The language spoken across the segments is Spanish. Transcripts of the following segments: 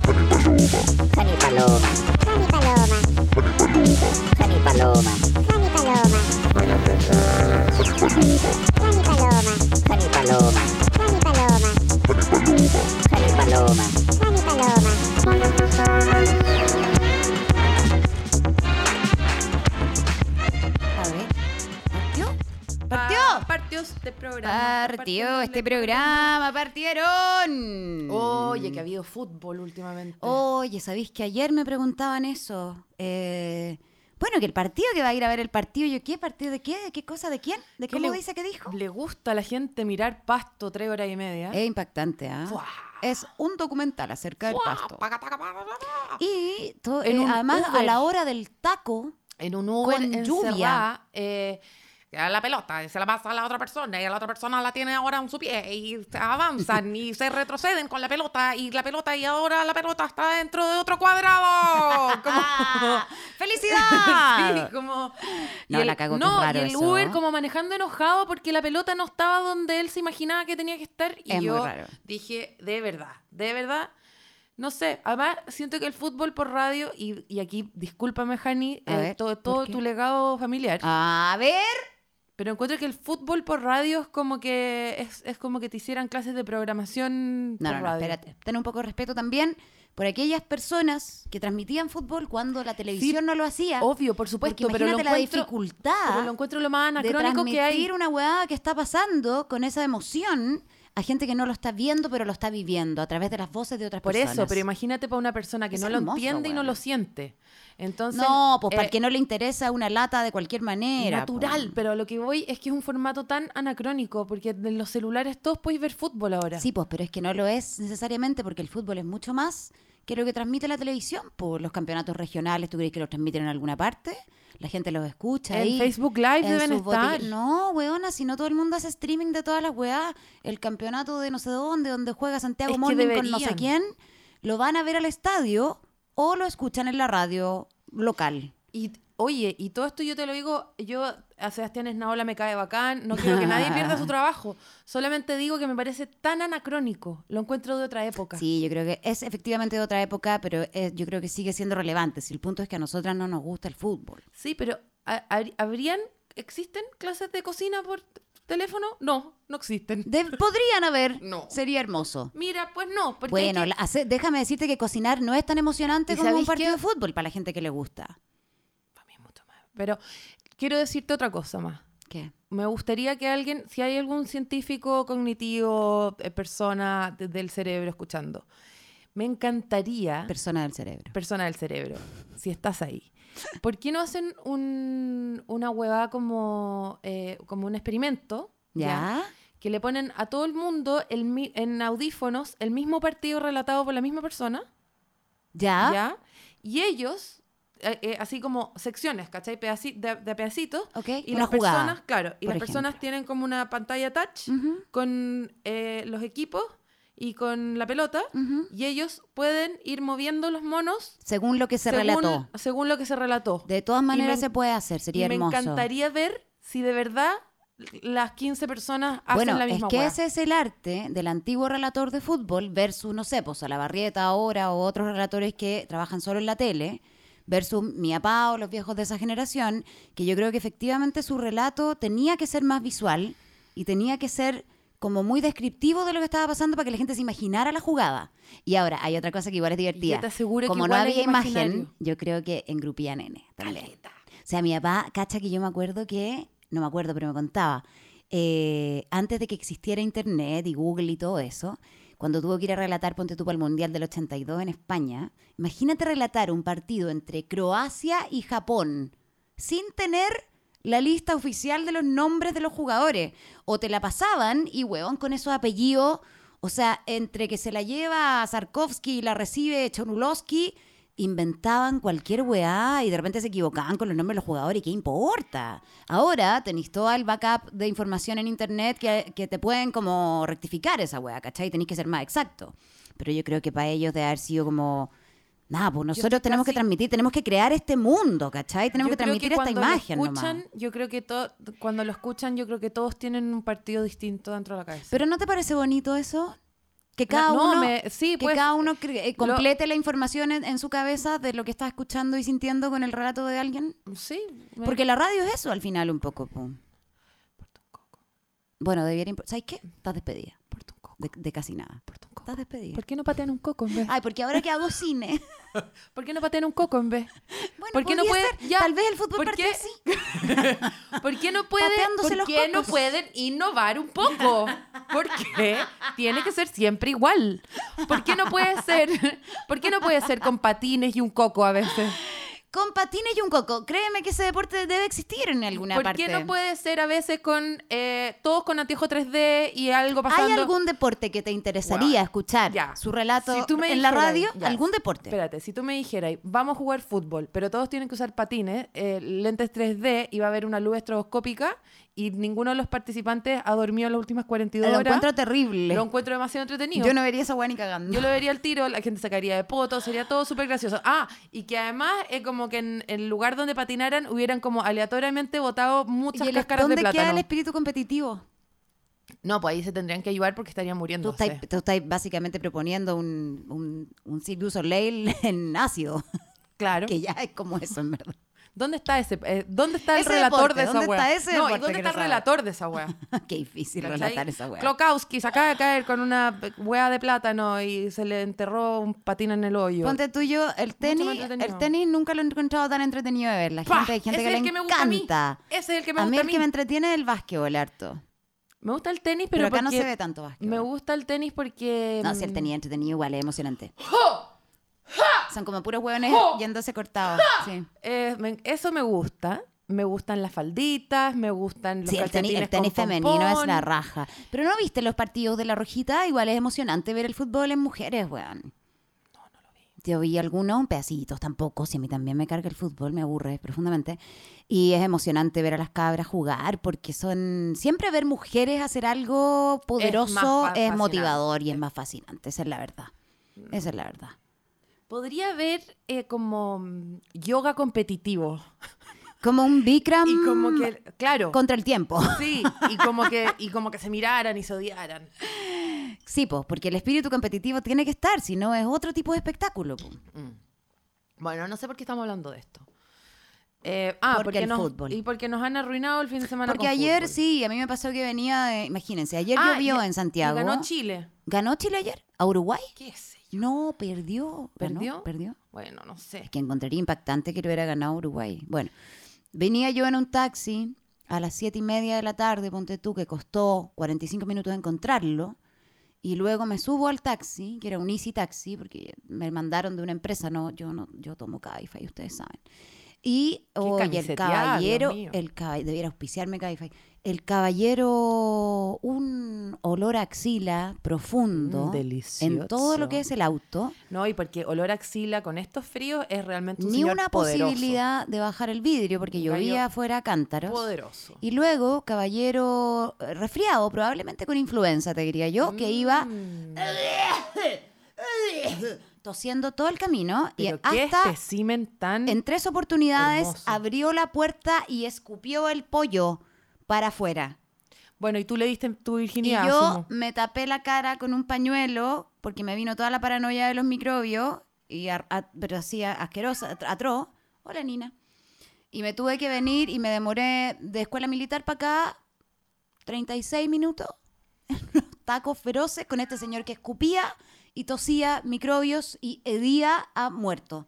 Dani Paloma. Dani Paloma. Dani Paloma. Dani Paloma. Dani Paloma. Dani Paloma. Dani Paloma. Dani Paloma. Dani Paloma. Dani Paloma. Dani Paloma. Dani Paloma. Dani Paloma. A ver. ¿Partió? ¿Partió? Ah, partió este programa. Partió este programa, partieron. Oye, que Mm. ha habido fútbol últimamente. Oye, ¿sabéis que ayer me preguntaban eso? Eh, bueno, que el partido que va a ir a ver el partido, yo qué partido de qué, de qué cosa, de quién, de ¿Qué cómo le- dice que dijo. Le gusta a la gente mirar pasto tres horas y media. Es impactante, ¿ah? Fuá. Es un documental acerca del pasto. Y to- En eh, un además a Uber. la hora del taco, En un Uber Con lluvia. encerrada, eh, a la pelota, se la pasa a la otra persona y a la otra persona la tiene ahora en su pie y avanzan y se retroceden con la pelota y la pelota y ahora la pelota está dentro de otro cuadrado. Como, ¡ah! Ah, ¡Felicidad! sí, como No, la cagó, qué no, raro y el eso. Uber como manejando enojado porque la pelota no estaba donde él se imaginaba que tenía que estar. Y Es muy yo raro. dije, de verdad, de verdad. No sé, además siento que el fútbol por radio, y, y aquí discúlpame, Jani, A eh, ver, todo, ¿por todo qué? Ah. tu legado familiar, A ver. pero encuentro que el fútbol por radio es como que es, es como que te hicieran clases de programación No, por no, no, radio. espérate. Ten un poco de respeto también por aquellas personas que transmitían fútbol cuando la televisión no lo hacía. Obvio, por Porque supuesto, pero lo, imagínate la encuentro, pero dificultad lo encuentro lo más de anacrónico transmitir que hay. una hueá que está pasando con esa emoción a gente que no lo está viendo, pero lo está viviendo a través de las voces de otras Por personas. eso, pero imagínate para una persona que Es no lo hermoso, entiende y no weón. lo siente. Entonces, No, pues para eh, el que no le interesa una lata de cualquier manera. natural, pues. pero a lo que voy es que es un formato tan anacrónico, porque en los celulares todos podéis ver fútbol ahora. Sí, pues, pero es que no lo es necesariamente porque el fútbol es mucho más que lo que transmite la televisión. Por los campeonatos regionales, ¿tú crees que los transmiten en alguna parte? La gente los escucha en pues, ahí. Facebook Live en deben sus botellas. estar. No, weona, si no todo el mundo hace streaming de todas las weas. El campeonato de no sé dónde, donde juega Santiago Es que Morning con no sé quién, deberían. lo van a ver al estadio o lo escuchan en la radio local. Y oye, y todo esto yo te lo digo, yo a Sebastián Esnaola me cae bacán, no quiero que nadie pierda su trabajo. Solamente digo que me parece tan anacrónico, lo encuentro de otra época. Sí, yo creo que es efectivamente de otra época, pero eh, yo creo que sigue siendo relevante. Si el punto es que a nosotras no nos gusta el fútbol. Sí, pero ¿ha- habr- ¿habrían, existen clases de cocina por t- teléfono? No, no existen. De- podrían haber, No. sería hermoso. Mira, pues no, porque hay Bueno, que- la- hace- déjame decirte que cocinar no es tan ¿Y emocionante como un sabéis partido qué? de fútbol para la gente que le gusta. para mí es mucho más. Pero quiero decirte otra cosa más. ¿Qué? Me gustaría que alguien, si hay algún científico cognitivo, eh, persona de- del cerebro escuchando, me encantaría, Persona del cerebro. persona del cerebro, si estás ahí, ¿por qué no hacen un- una huevada como, eh, como un experimento? ¿Ya? que le ponen a todo el mundo el mi- en audífonos el mismo partido relatado por la misma persona, ¿Ya? ¿ya? Y ellos, eh, eh, así como secciones, ¿cachai? Pedaci- de, de a pedacitos. Ok, Y una jugada, las personas, claro, y por Mm. las personas tienen como una pantalla touch Ujú, con eh, los equipos y con la pelota. ujú. Y ellos pueden ir moviendo los monos Según lo que se según, relató. según lo que se relató. De todas maneras me- se puede hacer, sería y me hermoso. encantaría ver si de verdad las 15 personas hacen bueno, la misma es que hueá. ese es el arte del antiguo relator de fútbol versus, no sé, pues a la barrieta ahora o otros relatores que trabajan solo en la tele, versus mi papá o los viejos de esa generación, que yo creo que efectivamente su relato tenía que ser más visual y tenía que ser como muy descriptivo de lo que estaba pasando para que la gente se imaginara la jugada. Y ahora, hay otra cosa que igual es divertida. yo te aseguro que Como no igual es había imagen, imaginario. yo creo que engrupía nene también. O sea, mi papá, cacha que yo me acuerdo que, no me acuerdo, pero me contaba, eh, antes de que existiera internet y Google y todo eso, cuando tuvo que ir a relatar Ponte tú para el Mundial del 82 en España, imagínate relatar un partido entre Croacia y Japón sin tener la lista oficial de los nombres de los jugadores. O te la pasaban y huevón con esos apellidos. O sea, entre que se la lleva Sarkovsky y la recibe Chonulovsky, inventaban cualquier weá y de repente se equivocaban con los nombres de los jugadores. ¿Y qué importa? Ahora tenéis todo el backup de información en internet que, que te pueden como rectificar esa weá, ¿cachai? Tenéis que ser más exacto. Pero yo creo que para ellos de haber sido como... Nada, pues nosotros estoy tenemos que casi- transmitir, tenemos que crear este mundo, ¿cachai? Tenemos Yo que creo transmitir esta cuando lo imagen escuchan, nomás. Yo creo que todo, cuando lo escuchan, yo creo que todos tienen un partido distinto dentro de la cabeza. Pero ¿no te parece bonito eso? Que cada No, uno, me- sí, que pues, cada uno cre- eh, lo- complete la información en, en su cabeza de lo que está escuchando y sintiendo con el relato de alguien. Sí. me- Porque la radio es eso al final un poco. po. Bueno, debiera... impor- ¿Sabes qué? Estás despedida Porta un coco, de, de casi nada. porta un coco. Estás despedida. ¿Por qué no patean un coco en vez? Ay, porque ahora que hago cine. ¿Por qué no patean un coco en vez? Bueno, ¿Por qué no podría puede- ser. ya, Tal vez el fútbol ¿por partió qué? así. ¿Por qué no pueden, Pateándose por los qué no cocos. pueden innovar un poco? ¿Por qué tiene que ser siempre igual? ¿Por qué no puede ser, por qué no puede ser con patines y un coco a veces? Con patines y un coco. Créeme que ese deporte debe existir en alguna ¿Por parte. qué no puede ser a veces con eh, todos con anteojo 3D y algo ¿Hay pasando? algún deporte que te interesaría escuchar? ya. Su relato Si tú me en la dijeras, radio, ya. algún deporte. Espérate, si tú me dijeras, vamos a jugar fútbol, pero todos tienen que usar patines, eh, lentes 3D y va a haber una luz estroboscópica y ninguno de los participantes ha dormido en las últimas 42 Lo horas. encuentro terrible. Lo encuentro demasiado entretenido. Yo no vería esa weá ni cagando. Yo lo vería al tiro, la gente sacaría de poto, sería todo súper gracioso. Ah, y que además es como que en el lugar donde patinaran hubieran como aleatoriamente botado muchas ¿Y el- cáscaras de ¿Dónde queda el plátano. espíritu competitivo? No, pues ahí se tendrían que ayudar porque estarían Tú muriendo. estás, tú estás básicamente proponiendo un, un, un Cirque du Soleil en ácido, Claro. que ya es como eso, en verdad. ¿Dónde está ese? eh, ¿Dónde está el Ese relator deporte, de esa ¿dónde weá? está ese no, ¿y deporte dónde que está no el sabe? relator de esa weá? Qué difícil ¿Cachai? relatar esa weá. Klokowski se acaba de caer con una weá de plátano y se le enterró un patín en el hoyo. Ponte tuyo, el más tenis, entretenido. el tenis nunca lo he encontrado tan entretenido de ver. La ¡Pah! gente, hay gente Ese que es le el que me gusta a mí. encanta. Ese es el que me a mí gusta el que me entretiene es el básquetbol harto. Me gusta el tenis, Pero, pero, acá no se porque ve tanto básquetbol. Me gusta el tenis porque No, si el mm, tenis es entretenido igual, es emocionante. Son como puros hueones yéndose cortados. Sí, Eh, me- eso me gusta. Me gustan las falditas, me gustan los Sí, el tenis, el tenis calcetines con femenino es la pompón. raja. Pero no viste los partidos de la rojita, igual es emocionante ver el fútbol en mujeres, weón. No, no lo vi. Yo vi algunos pedacitos tampoco, si a mí también me carga el fútbol, me aburre profundamente. Y es emocionante ver a las cabras jugar, porque son. Siempre ver mujeres hacer algo poderoso fa- es, motivador y es más fascinante, esa es la verdad. Esa es la verdad. Podría haber eh, como mm, yoga competitivo. Como un Bikram Y como que, claro. contra el tiempo. Sí, y como, que, y como que se miraran y se odiaran. Sí, pues, porque el espíritu competitivo tiene que estar, si no es otro tipo de espectáculo. po. Bueno, no sé por qué estamos hablando de esto. Eh, ah, Porque porque, el nos, fútbol. Y porque nos han arruinado el fin de semana. Porque con ayer, fútbol. sí, a mí me pasó que venía, de- imagínense, ayer Ah, llovió y- en Santiago. Y ganó Chile. ¿Ganó Chile ayer? ¿A Uruguay? ¿Qué sé yo? No, perdió. ganó, ¿Perdió? perdió. Bueno, no sé. Es que encontraría impactante que lo hubiera ganado Uruguay. Bueno, venía yo en un taxi a las siete y media de la tarde, ponte tú, que costó 45 minutos encontrarlo, y luego me subo al taxi, que era un Easy Taxi, porque me mandaron de una empresa, no, yo no, yo tomo Cabify, ustedes saben. Y oye, el camiseteada, caballero, Dios mío. el caballero, debiera auspiciarme Cabify, el caballero, un olor a axila profundo en Mm, todo delicioso. lo que es el auto No, y porque olor a axila con estos fríos es realmente un ni señor una poderoso. posibilidad de bajar el vidrio porque Un gallo llovía afuera a cántaros. Poderoso. Y luego, caballero eh, resfriado, probablemente con influenza, te diría yo, que iba Mm. tosiendo todo el camino y Pero qué hasta espécimen tan... en tres oportunidades hermoso. abrió la puerta y escupió el pollo para afuera. Bueno, y tú le diste tu Y virginidad, yo asumo. me tapé la cara con un pañuelo porque me vino toda la paranoia de los microbios, y ar- a- pero así a- asquerosa, at- atroz. Hola, Nina. Y me tuve que venir y me demoré de escuela militar para acá 36 minutos. Tacos feroces con este señor que escupía y tosía microbios y hedía a muerto.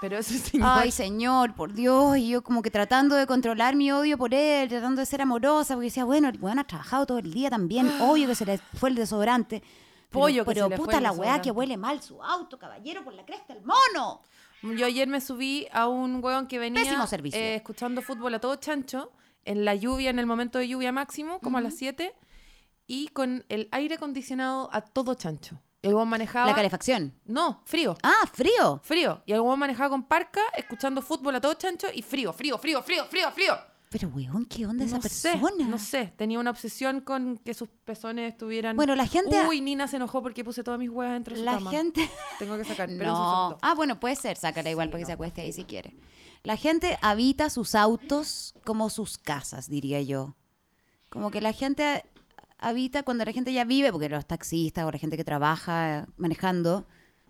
Pero ese señor... Ay, señor, por Dios. Y yo como que tratando de controlar mi odio por él, tratando de ser amorosa, porque decía, bueno, el weón ha trabajado todo el día también. Obvio que se le fue el desodorante. Pero- Pollo que pero, se le fue puta el la weá que desodorante. huele mal su auto, caballero, por la cresta, el mono. Yo ayer me subí a un hueón que venía Pésimo servicio. eh, escuchando fútbol a todo chancho, en la lluvia, en el momento de lluvia máximo, como a las 7, y con el aire acondicionado a todo chancho. Y el hueón manejaba... La calefacción. No, frío. Ah, frío. Frío. Y el hueón manejaba con parca, escuchando fútbol a todo chancho, y frío, frío, frío, frío, frío, frío. Pero weón, ¿qué onda esa no sé, persona? no sé, tenía una obsesión con que sus pezones estuvieran... Bueno, la gente- Uy, Nina se enojó porque puse todas mis huevas entre su La cama. gente... Tengo que sacar, pero No. Ah, Ah, bueno, puede ser, sácala igual para que se acueste ahí si quiere. La gente habita sus autos como sus casas, diría yo. Como que la gente habita, cuando la gente ya vive, porque los taxistas o la gente que trabaja manejando,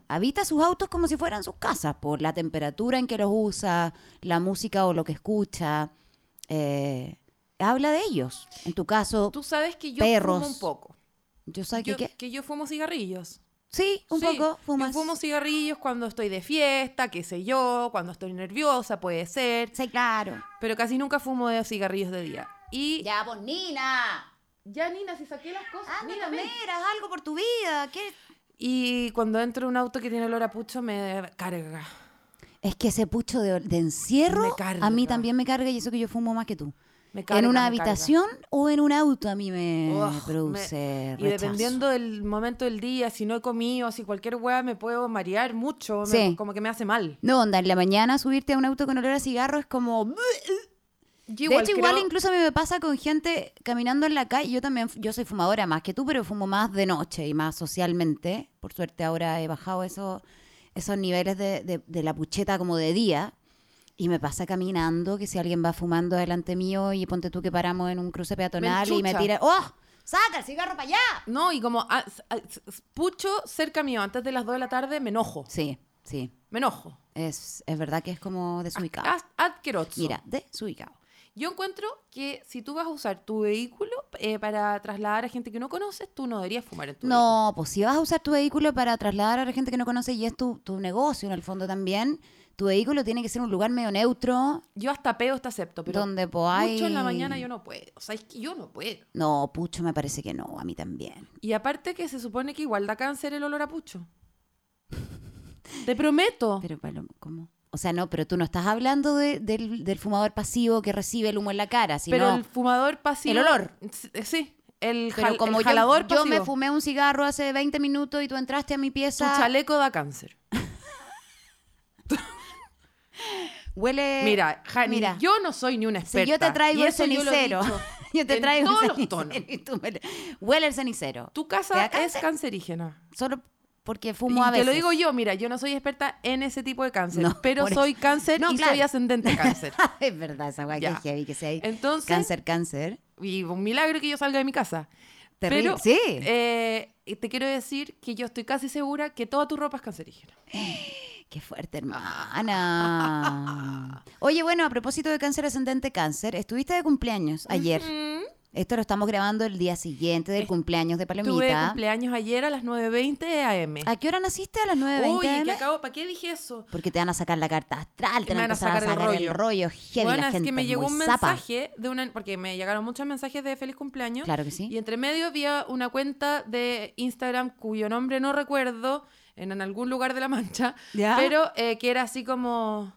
habita sus autos como si fueran sus casas, por la temperatura en que los usa, la música o lo que escucha. eh, habla de ellos. En tu caso, Tú sabes que yo Perros. fumo un poco. yo sé que Yo- qué. que yo fumo cigarrillos. Sí, un Sí, poco fumas. Yo fumo cigarrillos cuando estoy de fiesta, qué sé yo, cuando estoy nerviosa, puede ser. Sí, claro. Pero casi nunca fumo de cigarrillos de día. Y Ah, ya, Ya, pues Nina. Nina, si saqué las cosas, Anda, mira, ven. comer, haz algo por tu vida. ¿qué? Y cuando entro en un auto que tiene olor a pucho, me carga. Es que ese pucho de, de encierro Me carga. a mí también me carga y eso que yo fumo más que tú. Me carga, en una me carga. habitación o en un auto a mí me Ugh, me- produce Y rechazo. dependiendo del momento del día, si no he comido, si cualquier hueá me puedo marear mucho, me- Sí. como que me hace mal. No, onda, en la mañana subirte a un auto con olor a cigarro es como... Yo de hecho, igual creo- incluso a mí me pasa con gente caminando en la calle. Yo también, yo soy fumadora más que tú, pero fumo más de noche y más socialmente. Por suerte ahora he bajado eso- esos niveles de, de- de la pucheta como de día. Y me pasa caminando que si alguien va fumando delante mío y ponte tú que paramos en un cruce peatonal y me enchucha. tira, ¡oh! ¡Saca el cigarro para allá! No, y como ah, s- ah, s- s- pucho cerca mío antes de las 2 de la tarde, me enojo. Sí, sí. Me enojo. Es, es verdad que es como desubicado. Ad, adqueroso. Mira, desubicado. Yo encuentro que si tú vas a usar tu vehículo eh, para trasladar a gente que no conoces, tú no deberías fumar en tu vehículo. No, pues si vas a usar tu vehículo para trasladar a la gente que no conoce y es tu, tu negocio en el fondo también, tu vehículo tiene que ser un lugar medio neutro. Yo hasta peo hasta acepto, pero Donde, pues, hay- mucho en la mañana yo no puedo. O sea, es que yo no puedo. No, pucho, me parece que no, a mí también. Y aparte que se supone que igual da cáncer el olor a pucho. Te prometo. Pero, Paloma, ¿cómo? O sea, no, pero tú no estás hablando de- del, del fumador pasivo que recibe el humo en la cara, sino... pero el fumador pasivo. El olor. S- eh, Sí. El, pero jal- como el yo- jalador yo, me pasivo. fumé un cigarro hace 20 minutos y tú entraste a mi Tu pieza, chaleco da cáncer. huele... Mira, Jani, Eh, mira. yo no soy ni una experta. Si yo te traigo y el eso yo lo he cenicero, yo, dicho te en traigo todos el los cenicero tonos. y tú me le- Huele el cenicero. Tu ¿Te casa da es cáncer? cancerígena. Solo porque fumo a Y veces. Te lo digo yo, mira, yo no soy experta en ese tipo de cáncer, No, pero por soy eso. cáncer No, y claro. soy ascendente cáncer. es verdad, esa guay que Ya. es heavy, que si hay Entonces- cáncer, cáncer. y un milagro que yo salga de mi casa. Terrible, Pero, sí. eh, te quiero decir que yo estoy casi segura que toda tu ropa es cancerígena. Qué fuerte, hermana. Oye, bueno, a propósito de cáncer ascendente, cáncer, estuviste de cumpleaños ayer. Mm, Esto lo estamos grabando el día siguiente del cumpleaños de Tuve Palomita. cumpleaños ayer a las 9.20 am. ¿A qué hora naciste? ¿A las 9.20 Oye, que AM? acabo, ¿para qué dije eso? Porque te van a sacar la carta astral, te van a empezar a sacar, el rollo. heavy, Bueno, la es que gente me es llegó muy un zapa. mensaje de una porque me llegaron muchos mensajes de feliz cumpleaños. Claro que sí. Y entre medio había una cuenta de Instagram cuyo nombre no recuerdo en, en algún lugar de la mancha, Ya. pero eh, que era así como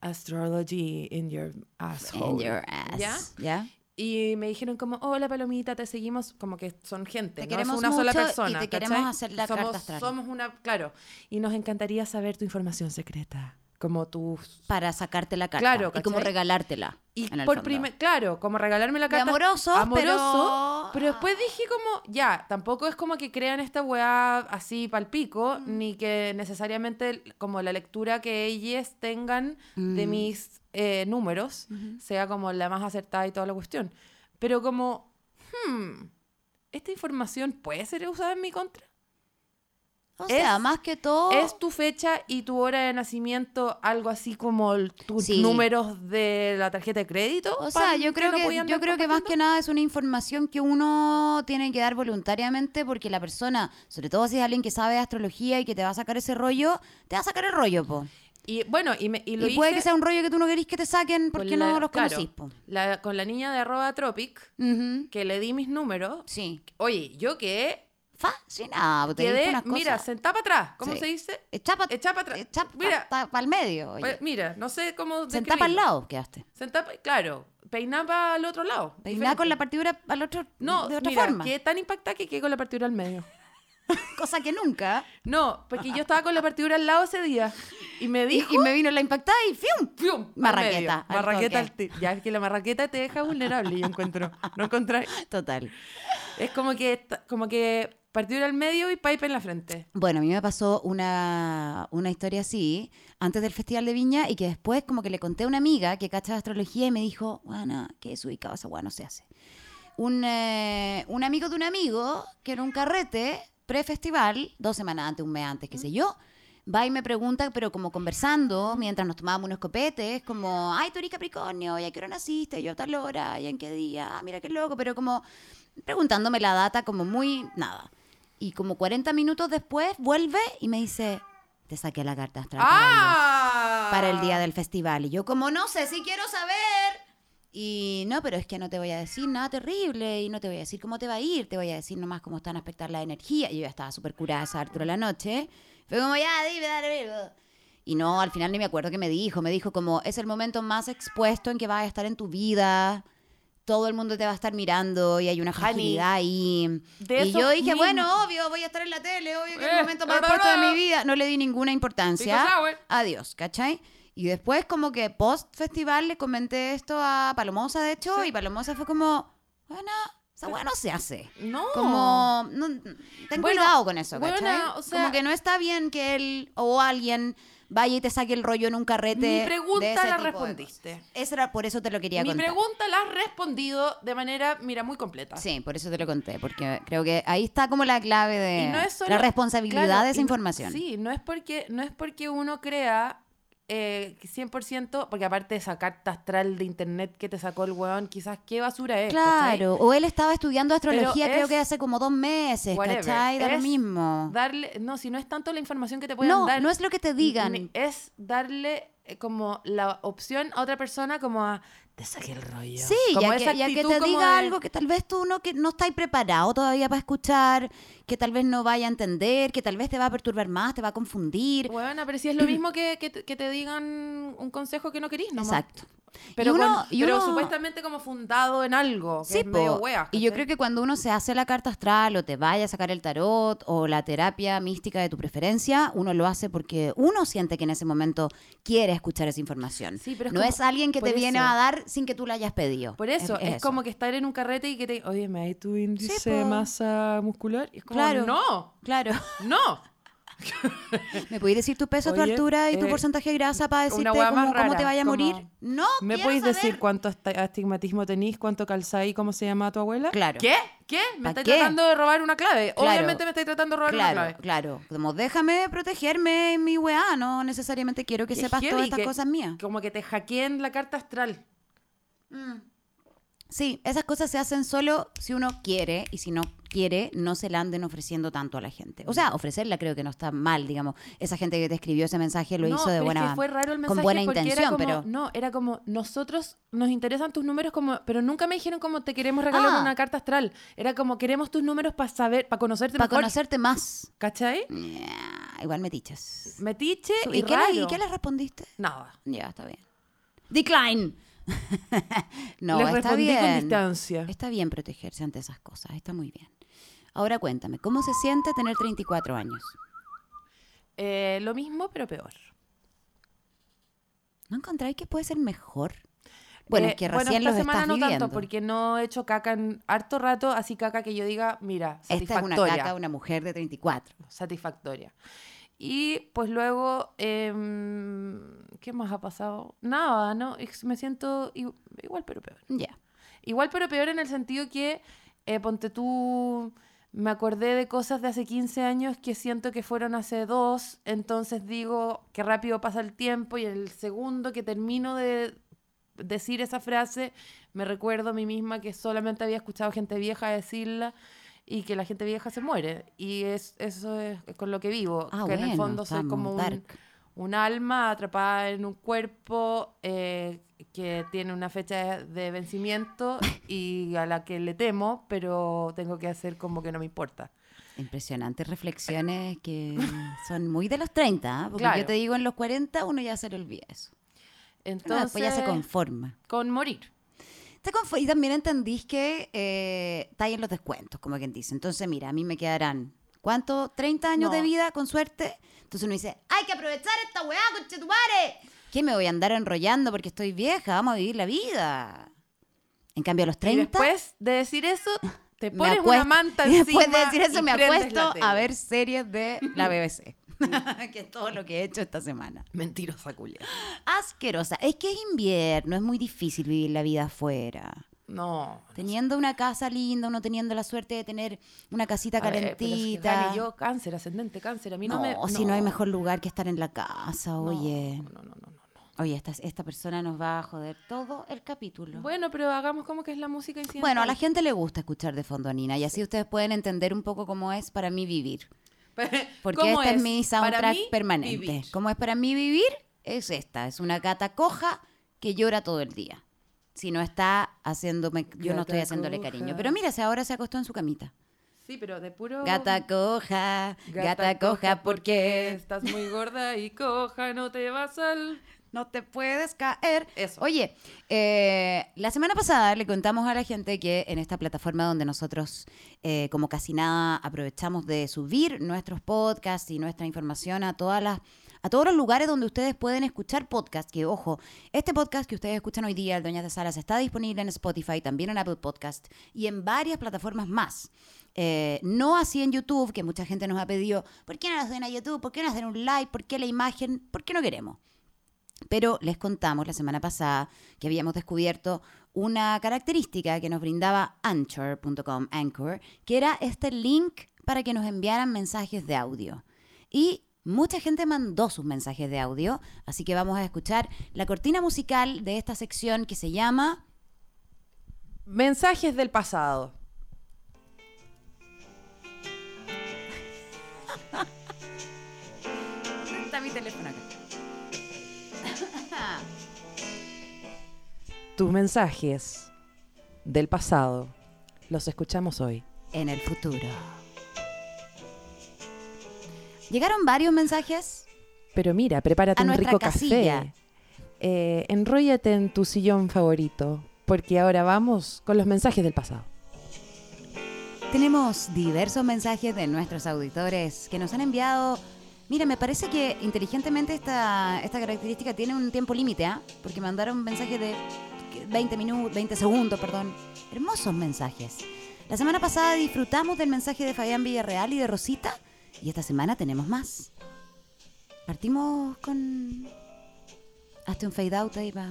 astrology in your asshole. In your ass. ¿Ya? ¿Ya? Y me dijeron como, hola Palomita, te seguimos, como que son Te gente, no es queremos una sola mucho y persona. te ¿cachai? queremos hacer la somos, carta astral. Somos una, claro, y nos encantaría saber tu información secreta, como tus... Para sacarte la carta. Claro, y como ¿cachai? regalártela. Y en el por fondo. primer, claro, como regalarme la De carta. amorosos, pero- pero... después dije como, ya, tampoco es como que crean esta weá así palpico, ni que necesariamente como la lectura que ellas tengan Mm. de mis eh, números sea como la más acertada y toda la cuestión. Pero como, hmm, ¿esta información puede ser usada en mi contra? O sea, Es- más que todo. ¿Es tu fecha y tu hora de nacimiento algo así como el- tus Sí. números de la tarjeta de crédito? o Pan, sea, yo creo no que, podía andar yo creo que más que nada es una información que uno tiene que dar voluntariamente porque la persona, sobre todo si es alguien que sabe de astrología y que te va a sacar ese rollo, te va a sacar el rollo, po. Y bueno, y, me- y Y, lo hice puede que sea un rollo que tú no querís que te saquen con porque la- no los claro, conocís, po. la- con la niña de arroba tropic, Ujú, que le di mis números. Sí. Oye, yo quedé, Fascinado, te dije quedé, unas cosas. mira, sentada para atrás. ¿Cómo Sí. se dice? Echá para echá pa atrás. Mira. el medio. oye. Oye, Mira, no sé cómo Sentá para el describirlo. lado, quedaste. Sentada, pa- claro, peinada para el otro lado. Peiná con diferente. la partidura al otro, No, de otra mira, forma. quedé tan impactada que quedé con la partidura al medio. Cosa que nunca. No, porque yo estaba con la partidura al lado ese día y me Y, dijo... y me vino la impactada y ¡fium! ¡Fium! al Marraqueta, medio. al Marraqueta. al toque. ti- Ya es que la marraqueta te deja vulnerable, yo encuentro. No encontrar. Total. Es como que, esta- como que partidura al medio y pipe en la frente. Bueno, a mí me pasó una, una historia así, antes del Festival de Viña, y que después como que le conté a una amiga que cacha de astrología y me dijo, Juana, qué desubicado esa guana no se hace. un, eh, un amigo de un amigo que en un carrete pre-festival, dos semanas antes, un mes antes, qué sé yo, va y me pregunta, pero como conversando, mientras nos tomábamos unos copetes, como, ay, tú eres Capricornio, ¿y a qué hora naciste? ¿Yo a tal hora? ¿Y en qué día? Ah, mira qué loco, pero como preguntándome la data, como muy nada. Y como 40 minutos después vuelve y me dice, te saqué la carta astral. para el- ¡Ah! para el día del festival. Y yo como, no sé, sí quiero saber. Y no, pero es que no te voy a decir nada terrible y no te voy a decir cómo te va a ir, te voy a decir nomás cómo están a aspectar la energía. Y yo ya estaba súper curada a esa altura de la noche. Fue como, ya, dime, dale, dime". Y no, al final ni me acuerdo qué me dijo. Me dijo como, es el momento más expuesto en que vas a estar en tu vida. Todo el mundo te va a estar mirando y hay una fragilidad ahí. de y yo esos dije, mismos- bueno, obvio, voy a estar en la tele, obvio que es el Eh, momento más bla, expuesto de bla. mi vida. No le di ninguna importancia. Pico sour. Adiós, ¿cachai? Y después como que post festival le comenté esto a Palomosa, de hecho, y Palomosa fue como, bueno, esa weá no se hace. No. Como, no, ten Bueno, cuidado con eso, ¿cachai? buena, o sea- como que no está bien que él o alguien vaya y te saque el rollo en un carrete. Mi de pregunta ese la tipo de respondiste. cosas. Eso era, por eso te lo quería Mi contar. pregunta la has respondido de manera, mira, muy completa. Sí, por eso te lo conté, porque creo que ahí está como la clave de Y no es solo- la responsabilidad claro, de esa y no- información. Sí, no es porque, no es porque uno crea eh, 100%, porque aparte de esa carta astral de internet que te sacó el weón, quizás qué basura es. Eh, ¿cachai? Claro, o él estaba estudiando astrología Pero creo es- que hace como dos meses, Whatever. ¿cachai? Da lo Es mismo. Darle, no, si no es tanto la información que te pueden No, dar. no es lo que te digan. ni- Es darle eh, como la opción a otra persona como a te saqué el rollo. Sí, Como ya esa que, ya que actitud te como diga de- algo que tal vez tú no, que no estás preparado todavía para escuchar, que tal vez no vaya a entender, que tal vez te va a perturbar más, te va a confundir. Bueno, pero si es lo mismo que, que, te- que te digan un consejo que no querís, ¿no? Exacto. Pero, Y uno- con- y pero uno- supuestamente como fundado en algo. Que Sí, es medio po. wea, y yo ¿cachai? creo que cuando uno se hace la carta astral o te vaya a sacar el tarot o la terapia mística de tu preferencia, uno lo hace porque uno siente que en ese momento quiere escuchar esa información. Sí, pero es no como- es alguien que te por viene eso. a dar sin que tú la hayas pedido. Por eso, es, como que estar en un carrete y que te oye, me hay tu índice de po. masa muscular. Y es como, Claro. no, Claro. no. ¿Me podéis decir tu peso, tu Oye, altura y tu eh, porcentaje de grasa para decirte una hueá más cómo, cómo te rara, vaya a morir? como, No, ¿Me quiero podéis saber. decir cuánto asti- astigmatismo tenéis, cuánto calzáis, cómo se llama tu abuela? Claro. ¿Qué? ¿Qué? ¿Me ¿Pa estáis qué? tratando de robar una clave? Claro. Obviamente me estáis tratando de robar una Claro, clave. claro. Como déjame protegerme en mi weá, no necesariamente quiero que Qué sepas todas heavy estas que- cosas mías. Como que te hackeen la carta astral. Sí, esas cosas se hacen solo si uno quiere y si no quiere, no se la anden ofreciendo tanto a la gente. O sea, ofrecerla creo que no está mal, digamos. Esa gente que te escribió ese mensaje lo no, hizo de pero buena es que fue raro el mensaje con buena porque intención, era como, pero no, era como nosotros nos interesan tus números como, pero nunca me dijeron como te queremos regalar Ah. una carta astral. Era como queremos tus números para saber, para conocerte para mejor. conocerte más. ¿Cachai? Yeah, igual me dichas. Metiche y, ¿Y, qué raro. le, ¿Y qué le respondiste? Nada. Ya, está bien. Decline. no, Les está respondí bien. con distancia. Está bien protegerse ante esas cosas, está muy bien. Ahora cuéntame, ¿cómo se siente tener 34 años? Eh, lo mismo, pero peor. ¿No encontráis que puede ser mejor? Bueno, Eh, es que recién esta los semana estás no viviendo. tanto, porque no he hecho caca en harto rato, así caca que yo diga, mira, Esta es satisfactoria. una caca de una mujer de 34. satisfactoria. Y pues luego, em, ¿qué más ha pasado? Nada, ¿no? Es- Me siento i- igual pero peor. Ya. Igual pero peor en el sentido que, eh, ponte tú, me acordé de cosas de hace 15 años que siento que fueron hace dos, entonces digo que rápido pasa el tiempo y el segundo que termino de decir esa frase, me recuerdo a mí misma que solamente había escuchado gente vieja decirla y que la gente vieja se muere. Y es, eso es con lo que vivo, Ah, que en el bueno, fondo soy estamos como un, dark. un alma atrapada en un cuerpo eh, que tiene una fecha de vencimiento y a la que le temo, pero tengo que hacer como que no me importa. Impresionantes reflexiones que son muy de los 30, ¿ah? porque Claro. yo te digo, en los 40 uno ya se le olvida eso. Uno Entonces, después pues ya se conforma. con morir. Te confo- y también entendís que eh, está ahí en los descuentos, como quien dice. Entonces, mira, a mí me quedarán, ¿cuánto? 30 años de No. vida, con suerte. Entonces uno dice, hay que aprovechar esta weá, conchetumare. ¿Qué me voy a andar enrollando porque estoy vieja? Vamos a vivir la vida. En cambio, a los 30... Y después de decir eso, te me pones una acuesto- manta y encima Después de decir eso, y me prendes apuesto la tele. a ver series de la BBC. que es todo lo que he hecho esta semana. Mentirosa culia. Asquerosa. Es que es invierno, es muy difícil vivir la vida afuera. No. Teniendo una casa linda, uno teniendo la suerte de tener una casita A ver, pero si calentita. Jani y yo, cáncer, ascendente, cáncer. A mí no, no, me. si no hay mejor lugar que estar en la casa, oye. No, no, no, no, no. Oye, esta, esta persona nos va a joder todo el capítulo. Bueno, pero hagamos como que es la música incidental. Bueno, a la gente le gusta escuchar de fondo a Nina y así ustedes pueden entender un poco cómo es para mí vivir. Porque ¿Cómo esta es, es? mi Para soundtrack mí, permanente. vivir. Como es para mí vivir, es esta. Es una gata coja que llora todo el día. Si no está haciéndome, yo no estoy Gata haciéndole coja. cariño. Pero mira, si ahora se acostó en su camita. Sí, pero de puro. Gata coja, gata coja, porque Estás muy gorda y coja, no te vas al. no te puedes caer. Eso. Oye, eh, la semana pasada le contamos a la gente que en esta plataforma donde nosotros, eh, como casi nada, aprovechamos de subir nuestros podcasts y nuestra información a todas las a todos los lugares donde ustedes pueden escuchar podcasts, que ojo, este podcast que ustedes escuchan hoy día, el Doñas de Salas, está disponible en Spotify, también en Apple Podcast y en varias plataformas más. Eh, no así en YouTube, que mucha gente nos ha pedido, ¿por qué no nos den a YouTube? ¿Por qué no nos den un like? ¿Por qué la imagen? ¿Por qué no queremos? Pero les contamos la semana pasada que habíamos descubierto una característica que nos brindaba anchor.com, Anchor, que era este link para que nos enviaran mensajes de audio. Y mucha gente mandó sus mensajes de audio, así que vamos a escuchar la cortina musical de esta sección que se llama... Mensajes del pasado. Está mi teléfono acá. Tus mensajes del pasado los escuchamos hoy. En el futuro. Llegaron varios mensajes. Pero mira, prepárate A un nuestra rico casilla. café. Eh, enróllate en tu sillón favorito, porque ahora vamos con los mensajes del pasado. Tenemos diversos mensajes de nuestros auditores que nos han enviado. Mira, me parece que inteligentemente esta, esta característica tiene un tiempo límite, ¿ah? porque mandaron mensajes de 20 minutos, 20 segundos, perdón. Hermosos mensajes. La semana pasada disfrutamos del mensaje de Fabián Villarreal y de Rosita, y esta semana tenemos más. Partimos con. Hazte un fade out ahí va.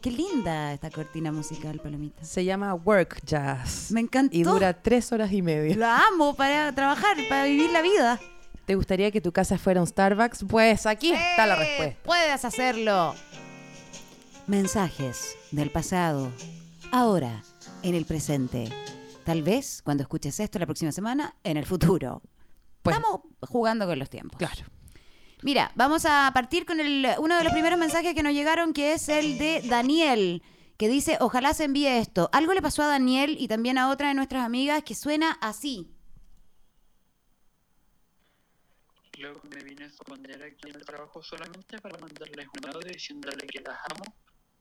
Qué linda esta cortina musical, Palomita. Se llama Work Jazz. Me encantó. Y dura tres horas y media. La amo para trabajar, para vivir la vida. ¿Te gustaría que tu casa fuera un Starbucks? Pues aquí está la ¡Eh! respuesta. Puedes hacerlo. Mensajes del pasado. Ahora, en el presente. Tal vez cuando escuches esto la próxima semana, en el futuro. Pues- Estamos jugando con los tiempos. Claro. Mira, vamos a partir con el, uno de los primeros mensajes que nos llegaron, que es el de Daniel, que dice, ojalá se envíe esto. Algo le pasó a Daniel y también a otra de nuestras amigas que suena así. Luego me vine a esconder aquí en el trabajo solamente para mandarles un audio diciéndole que las amo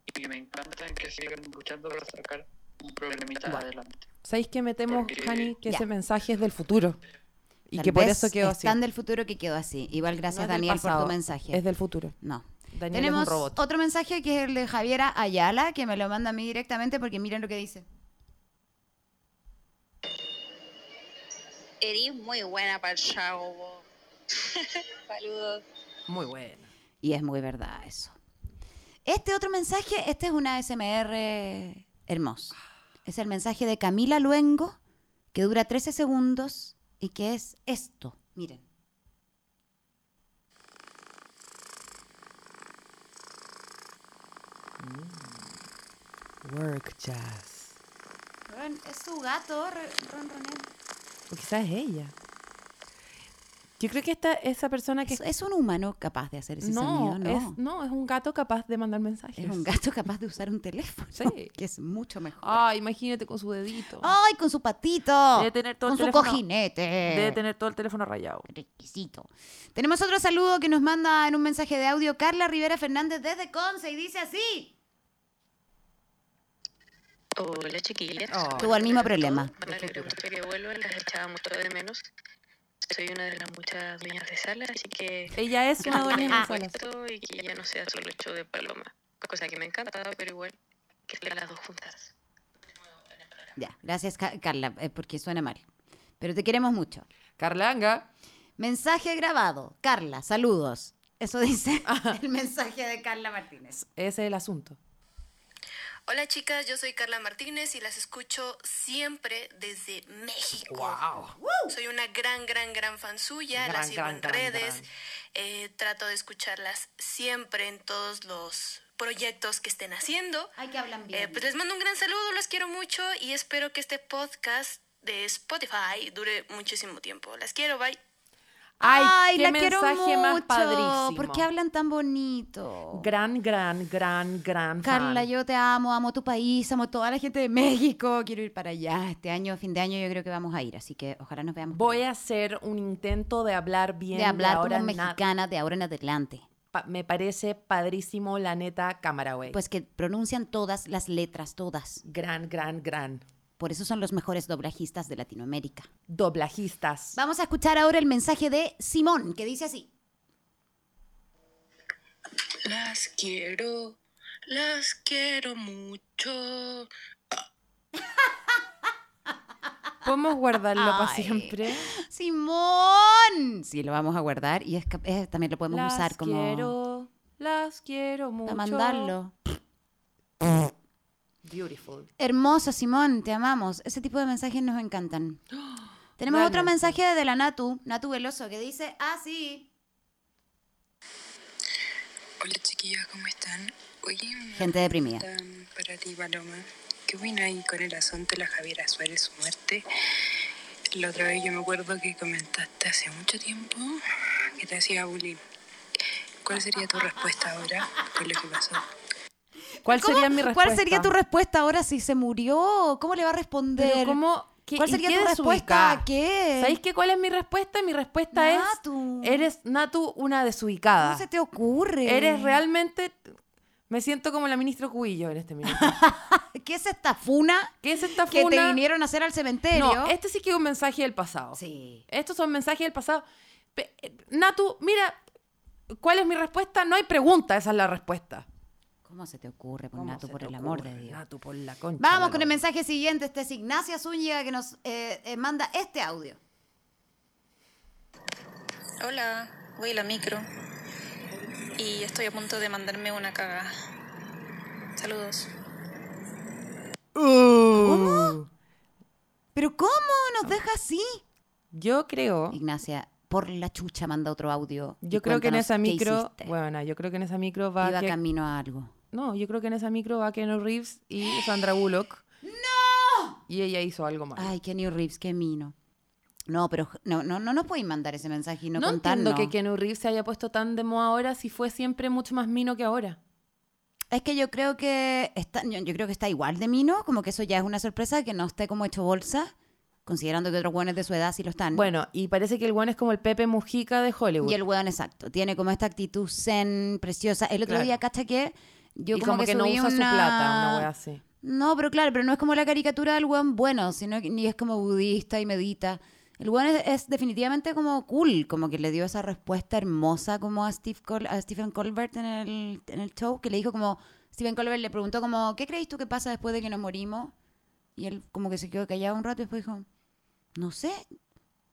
y que me encantan que sigan luchando para sacar un problemita adelante. ¿Sabéis qué metemos, Porque- Hani? Que Ya. ese mensaje es del futuro. Y Tal que por vez eso quedó así. Están del futuro que quedó así. Igual No es gracias del Daniel por tu pasado, mensaje. Es del futuro. No. Daniel es un Tenemos robot. otro mensaje que es el de Javiera Ayala, que me lo manda a mí directamente porque miren lo que dice. Eres muy buena para el chavo. vos. Saludos. Muy bueno. Y es muy verdad eso. Este otro mensaje, este es una SMR hermosa. Es el mensaje de Camila Luengo, que dura 13 segundos y que es esto. Miren. Work Jazz. Weón, Es su gato, re- ronronea. O quizás es ella. Yo creo que esta, esa persona que... Es, es un humano capaz de hacer ese no, sonido, ¿no? Es, no, es un gato capaz de mandar mensajes. Es un gato capaz de usar un teléfono, Sí. que es mucho mejor. Ah, imagínate con su dedito. ¡Ay, con su patito! Debe tener todo el Oh, con su teléfono- cojinete. Debe tener todo el teléfono rayado. Requisito. Tenemos otro saludo que nos manda en un mensaje de audio Carla Rivera Fernández desde Conce y dice así. Hola, chiquillas. Tuvo el mismo problema. Me alegra mucho que vuelvan, las echaba mucho de menos. Soy una de las muchas dueñas de sala, así que. Ella es que una vuelvan dueña de con salas. esto Y que ya no sea solo hecho de paloma. Cosa que me encanta, pero igual que estén las dos juntas. Ya, gracias Ca- Carla, eh, porque suena mal. Pero te queremos mucho. Carlanga. Mensaje grabado. Carla, Ah. saludos. Eso dice el mensaje de Carla Martínez. Ese es el asunto. Hola chicas, yo soy Carla Martínez y las escucho siempre desde México. ¡Wow! Soy una gran, gran, gran fan suya, Gran, las sigo gran, en gran, redes, gran. eh, trato de escucharlas siempre en todos los proyectos que estén haciendo. Hay que hablan Eh, pues les mando un gran saludo, las quiero mucho y espero que este podcast de Spotify dure muchísimo tiempo. Las quiero, bye. Ay, Ay, qué la quiero mensaje más mucho. padrísimo. ¿Por qué hablan tan bonito? Gran, gran, gran, gran fan. Carla, yo te amo, amo tu país, amo toda la gente de México, quiero ir para allá. Este año, fin de año, yo creo que vamos a ir, así que ojalá nos veamos. Voy a hacer un intento de hablar bien. de hablar ahora como en na- mexicana de ahora en adelante. pa- me parece padrísimo la neta cámara, güey. Pues que pronuncian todas las letras, todas. gran, gran, gran. Por eso son los mejores doblajistas de Latinoamérica. Doblajistas. Vamos a escuchar ahora el mensaje de Simón, que dice así. Las quiero, las quiero mucho. ¿Podemos guardarlo para Ay. siempre? ¡Simón! Sí, lo vamos a guardar y es cap- eh, también lo podemos Las usar como quiero, las quiero mucho. para mandarlo. Beautiful. Hermoso, Simón, te amamos. Ese tipo de mensajes nos encantan. Tenemos otro realmente. mensaje de la Natu, Natu Veloso, que dice, ah, sí. Hola chiquillos, ¿cómo están? Oye, una Gente deprimida. pregunta para ti, Paloma. ¿Qué opináis con el asunto de la Javiera Suárez, su muerte? La otra vez yo me acuerdo que comentaste hace mucho tiempo que te hacía bullying. ¿Cuál sería tu respuesta ahora con lo que pasó? ¿Cuál ¿Cómo- sería mi respuesta? ¿Cuál sería tu respuesta ahora si se murió? ¿Cómo le va a responder? Pero ¿cómo- qué- ¿Cuál y sería qué tu respuesta? desubicada? ¿A qué? ¿Sabéis qué? ¿Cuál es mi respuesta? Mi respuesta Natu. es, eres Natu una ¿Cómo desubicada. se te ocurre? Eres realmente, me siento como la ministra Cubillo en este minuto. ¿Qué es esta funa ¿Qué es esta que te funa? vinieron a hacer al cementerio? no, este sí que es un mensaje del pasado. Sí. Estos son mensajes del pasado. Pe- eh, Natu, mira, ¿cuál es mi respuesta? No hay pregunta, esa es la respuesta. ¿Cómo se te ocurre, pues, ¿Cómo Natu, se por te el amor de ocurre, Dios? Natu, por la concha. Vamos de con la el lora. mensaje siguiente. Este es Ignacia Zúñiga que nos eh, eh, manda este audio. Hola, voy a la micro y estoy a punto de mandarme una caga. Saludos. ¿Cómo? ¿Pero cómo nos deja así? Yo creo, Ignacia, por la chucha manda otro audio. y yo creo que en cuéntanos esa qué micro, hiciste. bueno, yo creo que en esa micro va Iba que- camino a algo. no, yo creo que en esa micro va Keanu Reeves y Sandra Bullock. ¡No! Y ella hizo algo mal. Ay, Kenny Reeves, qué mino. No, pero no, no, no nos podéis mandar ese mensaje y no, no entiendo contarnos. que Keanu Reeves se haya puesto tan de moda ahora si fue siempre mucho más mino que ahora. Es que yo creo que está, yo, yo creo que está igual de mino, como que eso ya es una sorpresa que no esté como hecho bolsa, considerando que otros guanes de su edad sí lo están. Bueno, y parece que el one es como el Pepe Mujica de Hollywood. Y el weón, exacto. Tiene como esta actitud zen preciosa. El otro Claro. día, cacha que yo Y como, que, no subí usa una... su plata, una wea así. No, pero claro, pero no es como la caricatura del weón bueno, sino que ni es como budista y medita. El weón es, es definitivamente como cool, como que le dio esa respuesta hermosa como a, Steve Col- a Stephen Colbert en el, en el show, que le dijo como, Stephen Colbert le preguntó como, ¿qué crees tú que pasa después de que nos morimos? Y él como que se quedó callado un rato y después dijo, no sé,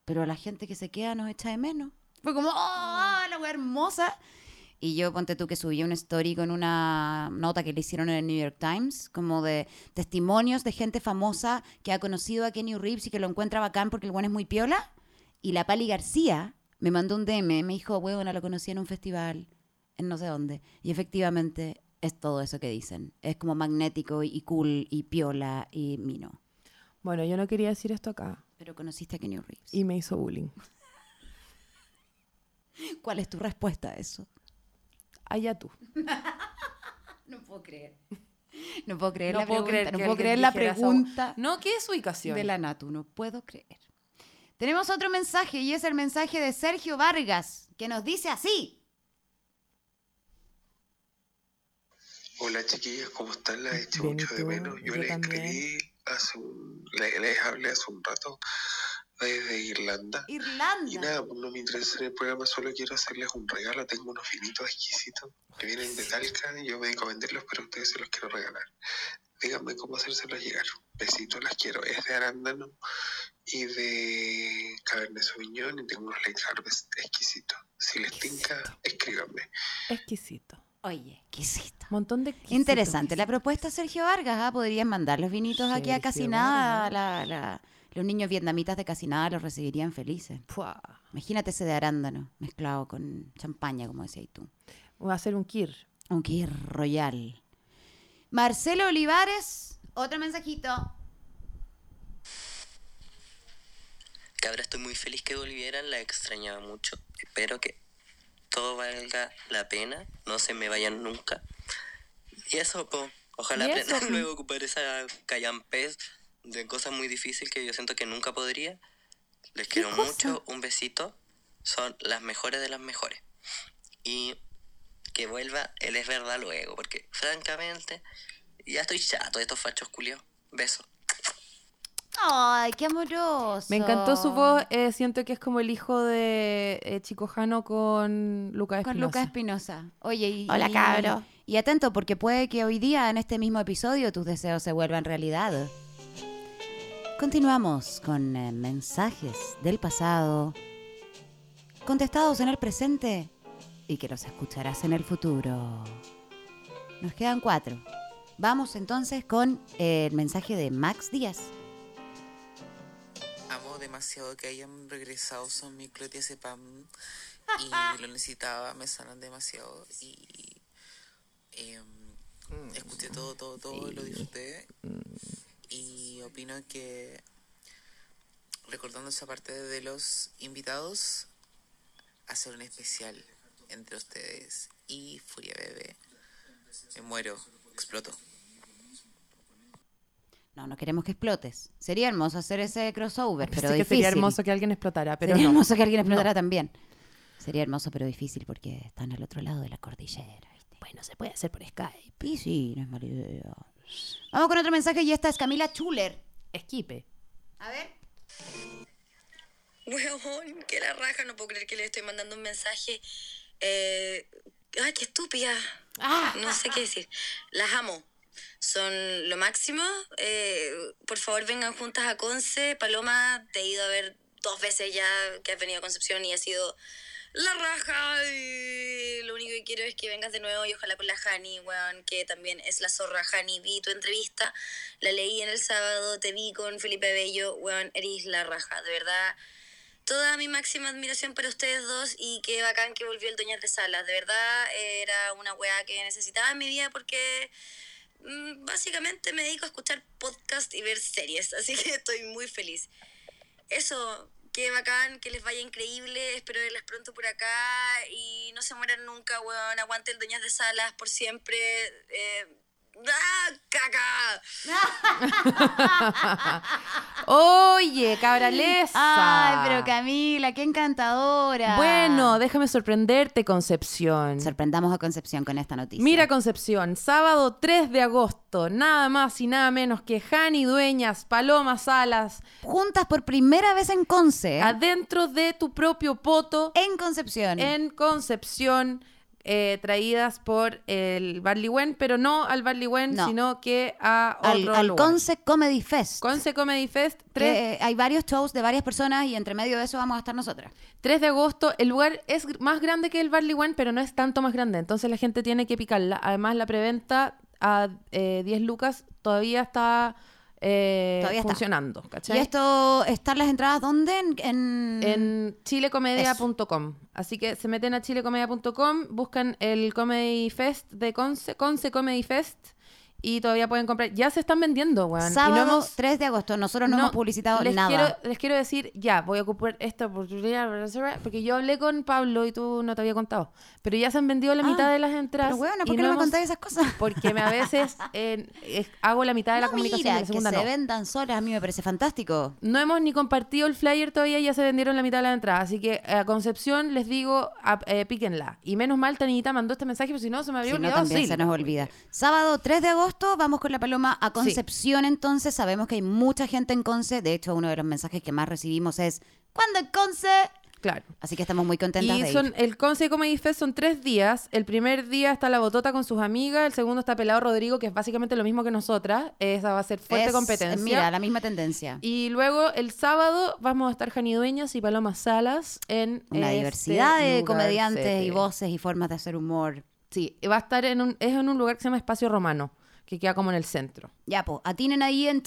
pero a la gente que se queda nos echa de menos. Fue como, ¡oh, la wea hermosa! Y yo, ponte tú, que subí una story con una nota que le hicieron en el New York Times, como de testimonios de gente famosa que ha conocido a Kenny Reeves y que lo encuentra bacán porque el buen es muy piola. Y la Pali García me mandó un DM, me dijo, huevona, lo conocí en un festival, en no sé dónde. Y efectivamente es todo eso que dicen. Es como magnético y cool y piola y mino. Bueno, yo no quería decir esto acá Pero conociste a Kenny Reeves. y me hizo bullying. ¿Cuál es tu respuesta a eso? Allá tú. No puedo creer. No puedo creer No la puedo pregunta. creer no que puedo alguien creer la dijera esa- pregunta No, ¿qué es ubicación? de la Natu. No puedo creer. Tenemos otro mensaje y es el mensaje de Sergio Vargas que nos dice así. Hola chiquillas, ¿cómo están? Las eché Ven mucho de tú, menos. Yo, yo les también. escribí hace un, le- les hablé hace un rato desde Irlanda. Y Irlanda. nada, pues, no me interesa en el programa, solo quiero hacerles un regalo. Tengo unos vinitos exquisitos que vienen de Talca y yo me dedico a venderlos, pero a ustedes se los quiero regalar. Díganme cómo hacérselos llegar. Besitos, las quiero. Es de arándano y de Cabernet Sauvignon y tengo unos Late Harvest exquisitos. Si les tinca, escríbanme. Exquisito. Oye, ¿qué es esto? Montón de quesitos. Interesante. La propuesta Sergio Vargas, ¿ah? podrían mandar los vinitos aquí a Sergio Casinada. La, la- los niños vietnamitas de Casinada los recibirían felices. Pua. Imagínate ese de arándano mezclado con champaña, como decías tú. Voy a hacer un kir. Aunque es royal. Marcelo Olivares, otro mensajito. Cabra, estoy muy feliz que volvieran, la extrañaba mucho. Espero que todo valga la pena, no se me vayan nunca. Y eso, po, ojalá Y eso, aprendan po. luego a ocupar esa callampez de cosas muy difíciles que yo siento que nunca podría. Les quiero cosa? mucho, un besito. Son las mejores de las mejores. Y que vuelva él es verdad luego, porque francamente ya estoy chato de estos fachos culiados. Besos. Ay, qué amoroso. Me encantó su voz. eh, siento que es como el hijo de eh, Chico Jano con Lucas Con Espinosa. Lucas Espinosa. Oye, y, Hola, y- cabro. Y atento, porque puede que hoy día, en este mismo episodio, tus deseos se vuelvan realidad. Continuamos con eh, mensajes del pasado, contestados en el presente y que los escucharás en el futuro. Nos quedan cuatro. Vamos entonces con el mensaje de Max Díaz. Amo demasiado que hayan regresado Son mi y Pam y lo necesitaba, me sanan demasiado y em, escuché todo, todo, todo, lo disfruté y opino que recordando esa parte de los invitados, hacer un especial entre ustedes y Furia Bebé. Me muero, exploto. No, no queremos que explotes. Sería hermoso hacer ese crossover, pero Pensé que difícil. sería hermoso que alguien explotara, pero Sería no. hermoso que alguien explotara también. Sería hermoso, pero difícil porque están al otro lado de la cordillera. Bueno, se puede hacer por Skype. Y sí, no es mala idea. Vamos con otro mensaje y esta es Camila Chuler. Esquipe. A ver. Huevón, que la raja, no puedo creer que le estoy mandando un mensaje. Eh, ay, qué estúpida. No sé qué decir. Las amo. Son lo máximo. Eh, por favor, vengan juntas a Conce. Paloma, te he ido a ver dos veces ya que has venido a Concepción y ha sido la raja. Y lo único que quiero es que vengas de nuevo y ojalá con la Hani, weón, que también es la zorra. Hani, vi tu entrevista, la leí en el sábado, te vi con Felipe Bello, weón, eres la raja. De verdad, toda mi máxima admiración para ustedes dos y qué bacán que volvió el Doñas de Salas. De verdad, era una weá que necesitaba en mi vida porque mm, básicamente me dedico a escuchar podcast y ver series, así que estoy muy feliz. Eso, qué bacán, que les vaya increíble, espero verlas pronto por acá y no se mueran nunca, weón, aguante el Doñas de Salas por siempre. eh, ¡Ah, caca! Oye, cabralesa. Ay, pero Camila, qué encantadora. Bueno, déjame sorprenderte, Concepción. sorprendamos a Concepción con esta noticia. Mira, Concepción, sábado 3 de agosto, nada más y nada menos que Jani Dueñas, Paloma Salas, juntas por primera vez en Conce, adentro de tu propio poto en Concepción. en Concepción, eh, traídas por el Barleywen, pero no al Barleywen, No. sino que a al, otro al lugar. Conce Comedy Fest. Conce Comedy Fest, 3 Que, eh, hay varios shows de varias personas y entre medio de eso vamos a estar nosotras. 3 de agosto, el lugar es gr- más grande que el Barley One, pero no es tanto más grande. Entonces la gente tiene que picarla. Además, la preventa a eh, 10 lucas todavía está eh, Todavía está. funcionando. ¿cachai? ¿Y esto están las entradas dónde? En, en- En chilecomedia.com. Así que se meten a chilecomedia.com, buscan el Comedy Fest de Conce, Conce Comedy Fest, y todavía pueden comprar. Ya se están vendiendo, weón. Y no sábado hemos- 3 de agosto. Nosotros no, hemos publicitado les nada. Quiero, les quiero decir, ya, voy a ocupar esta oportunidad, bla, bla, bla, porque yo hablé con Pablo y tú no te había contado. Pero ya se han vendido la Ah, mitad de las entradas. Pero bueno, ¿por y qué no, me hemos- contáis esas cosas? Porque me, a veces eh, es- hago la mitad de la No, comunicación mira, y la segunda que se no. vendan solas a mí me parece fantástico. No hemos ni compartido el flyer todavía y ya se vendieron la mitad de las entradas. Así que eh, a Concepción les digo, a- eh, píquenla. Y menos mal, Tanita mandó este mensaje, porque si no, se me habría Si no, olvidado. también sí. se nos olvida. Sábado 3 de agosto vamos con la paloma a Concepción. Entonces sabemos que hay mucha gente en Conce. De hecho, uno de los mensajes que más recibimos es ¿Cuándo en Conce? Claro. Así que estamos muy contentas Y de son, ir. el Conce Comedy Fest son tres días. El primer día está la botota con sus amigas. El segundo está Pelado Rodrigo, que es básicamente lo mismo que nosotras. Esa va a ser fuerte Es- competencia. Mira, la misma tendencia. Y luego el sábado vamos a estar Jani Dueñas y Paloma Salas en Una este diversidad de lugar, este comediantes y sete. voces y formas de hacer humor Sí, va a estar en un, es en un lugar que se llama Espacio Romano, que queda como en el centro. Ya, pues, atinen ahí en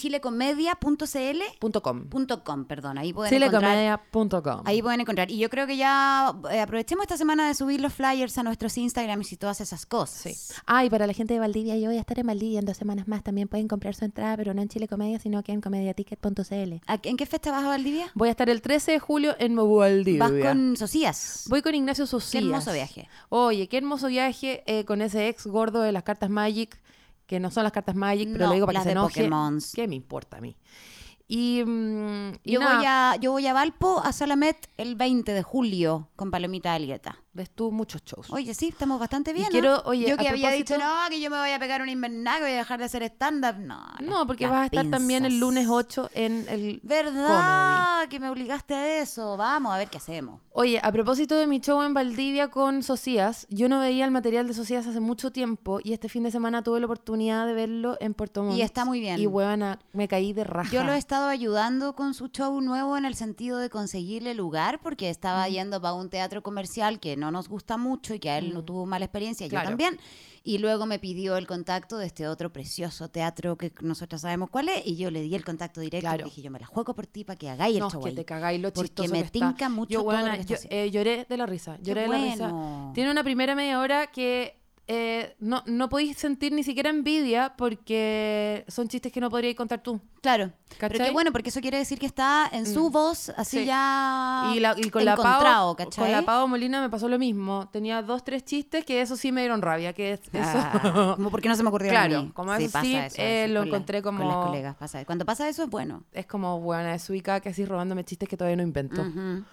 chilecomedia.cl.com, Punto com. perdón. Ahí pueden encontrar Chilecomedia.com. Ahí pueden encontrar. Y yo creo que ya eh, aprovechemos esta semana de subir los flyers a nuestros Instagrams y todas esas cosas. Sí. Ah, y para la gente de Valdivia, yo voy a estar en Valdivia en dos semanas más. También pueden comprar su entrada, pero no en Chile Comedia, sino que en comediaticket.cl. ¿A- ¿En qué fecha vas a Valdivia? Voy a estar el 13 de julio en Valdivia. Vas con Socias. Voy con Ignacio Socias. Qué hermoso viaje. Oye, qué hermoso viaje eh, con ese ex gordo de las cartas Magic, que no son las cartas Magic, pero No, lo digo para las que se de enoje. Pokémons. ¿Qué me importa a mí? Y, mm, y Yo nada, voy, a, yo voy a Valpo, a Salamet, el 20 de julio con Palomita Alieta. ves tú muchos shows. Oye, sí, estamos bastante bien. ¿ah? quiero, oye, yo que a había dicho, propósito- no, que yo me voy a pegar un invernal, que voy a dejar de hacer stand-up. No, no, porque las vas a estar también el pinzas. lunes 8 en el ¿Verdad? Que me obligaste a eso. Vamos a ver qué hacemos. Oye, a propósito de mi show en Valdivia con Socias, yo no veía el material de Socias hace mucho tiempo y este fin de semana tuve la oportunidad de verlo en Puerto Montt. Y está muy bien. Y huevana, me caí de raja. Yo lo he estado ayudando con su show nuevo en el sentido de conseguirle lugar, porque estaba yendo para un teatro comercial que no nos gusta mucho y que a él no tuvo mala experiencia, Claro. yo también. Y luego me pidió el contacto de este otro precioso teatro que nosotros sabemos cuál es, y yo le di el contacto directo Claro. y dije, yo me la juego por ti para que hagáis el no, es show que ahí". te cagáis lo Porque chistoso me que está. tinca mucho Yo, todo lo huevona, que está yo, haciendo. eh, lloré de la risa, lloré de la risa. bueno. Tiene una primera media hora que eh, no, no podéis sentir ni siquiera envidia porque son chistes que no podríais contar tú. Claro. Pero ¿Cachai? Mm. qué bueno, porque eso quiere decir que está en su voz, así Sí. ya Y, la- y con, la encontrado, Pao, ¿cachai? con la Pao Molina me pasó lo mismo. Tenía dos, tres chistes que eso sí me dieron rabia. Que es- eso. Ah, como porque no se me ocurrió a Claro, mí. como eso sí, eh, lo con la- encontré con como- las colegas pasa eso. Cuando pasa eso es bueno. Es como, bueno, es ubicada casi robándome chistes que todavía no invento. Ujú.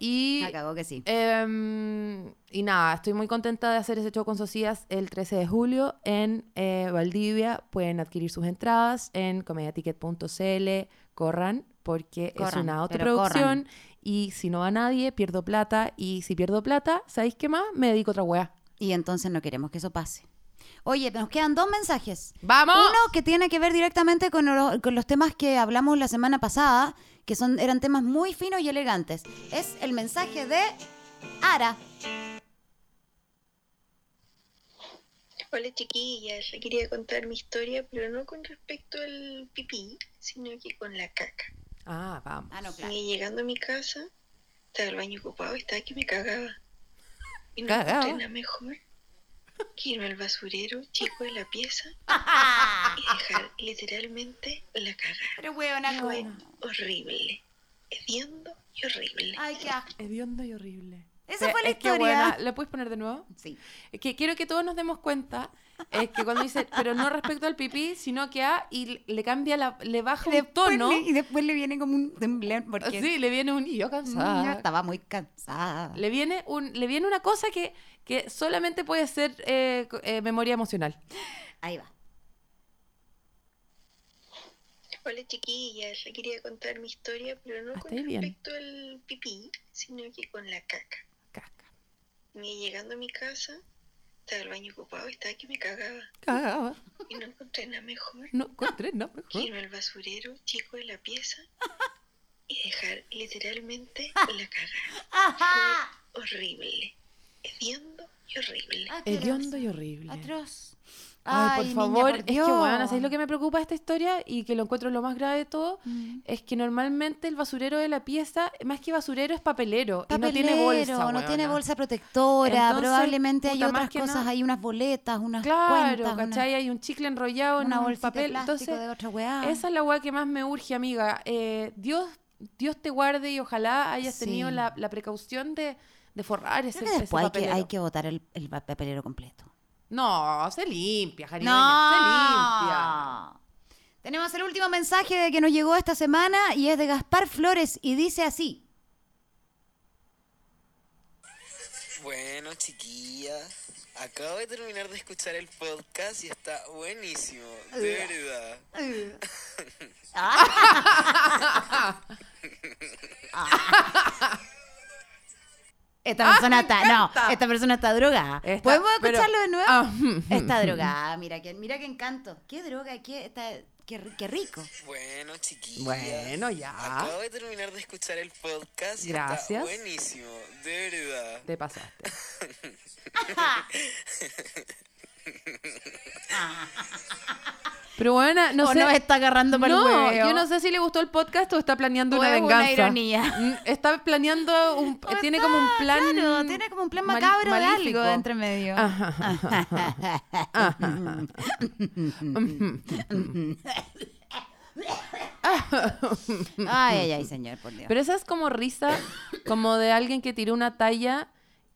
Y, Mm. La cagó que sí. em, y nada, estoy muy contenta de hacer ese show con Socias el 13 de julio en eh, Valdivia. Pueden adquirir sus entradas en comediaticket.cl. Corran, porque es Corran, una pero autoproducción. Y si no va nadie, pierdo plata. Y si pierdo plata, ¿sabéis qué más? Me dedico a otra weá. Y entonces no queremos que eso pase. Oye, nos quedan dos mensajes. ¡Vamos! Uno que tiene que ver directamente con, lo- con los temas que hablamos la semana pasada, que son, eran temas muy finos y elegantes. Es el mensaje de Ara. Hola chiquillas, quería contar mi historia, pero no con respecto al pipí, sino que con la caca. Ah, vamos. Ah, no, claro. Y llegando a mi casa, estaba el baño ocupado y estaba que me cagaba. Y no Cagaba. encontré nada mejor que irme al basurero chico de la pieza y dejar literalmente la caga. Pero huevona, Fue horrible, hediondo y horrible. Ay, qué asco. Hediondo y horrible. Esa Eh, fue la es que, historia. buena, ¿La puedes poner de nuevo? Sí. Es que quiero que todos nos demos cuenta es que cuando dice, pero no respecto al pipí, sino que a, y le cambia la, le baja un tono. le- y después le viene como un temblor porque Sí, le viene un y yo cansada. niña estaba muy cansada. Le viene, un, le viene una cosa que, que solamente puede ser eh, co- eh, memoria emocional. Ahí va. Hola chiquillas, quería contar mi historia, pero no Hasta con ahí Ah, bien. respecto al pipí, sino que con la caca. Caca. Y llegando a mi casa, estaba el baño ocupado y estaba que me cagaba. Cagaba. Y no encontré nada mejor No encontré nada que mejor. irme al basurero chico de la pieza y dejar literalmente la caga. Ah, Fue horrible, hediondo y horrible. Hediondo y horrible. Atroz. Ay, por favor, es que, bueno, bueno, ¿sabéis lo que me preocupa de esta historia? Y que lo encuentro lo más grave de todo, Mm. es que normalmente el basurero de la pieza, más que basurero, es papelero. y no tiene bolsa, no weona. tiene bolsa protectora, Entonces, probablemente hay puta, más otras que cosas, nada- hay unas boletas, unas Claro, cuentas, una- ¿cachai? Hay un chicle enrollado en una un bolsita de papel. plástico Entonces, de otra weá. esa es la weá que más me urge, amiga. Eh, Dios, Dios te guarde y ojalá hayas Sí. tenido la, la precaución de, de forrar ese, Creo que después hay ese que, hay papelero. que botar el, el pa- papelero completo. No, se limpia, cariño, se limpia. ¡No! Tenemos el último mensaje de que nos llegó esta semana y es de Gaspar Flores y dice así. Bueno, chiquillas, acabo de terminar de escuchar el podcast y está buenísimo, de verdad. Esta ¡Ah, persona me está, no, encanta! esta persona está drogada. Esta- ¿Podemos pero- escucharlo de nuevo? Ah, mm, está drogada, mira que, mira que encanto. ¿Qué droga? ¿Qué, esta- Qué, ri- qué rico. Bueno, chiquillos. Bueno, ya. Acabo de terminar de escuchar el podcast. y Está Gracias. buenísimo, de verdad. Te pasaste. Pero bueno, no O sé. nos está agarrando para el no, hueveo. yo no sé si le gustó el podcast o está planeando O una es una venganza. ironía. Mm, Está planeando un. O tiene Pues está, como un plan. claro, tiene como un plan mal- macabro de maléfico. algo entre medio. Ajá, ajá, ajá. Ay, ay, ay, señor, por Dios. Pero esa es como risa, como de alguien que tiró una talla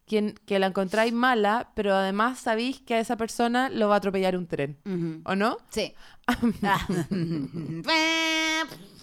que, que la encontráis mala, pero además sabéis que a esa persona lo va a atropellar un tren. Ujú. ¿O no? Sí. Ah.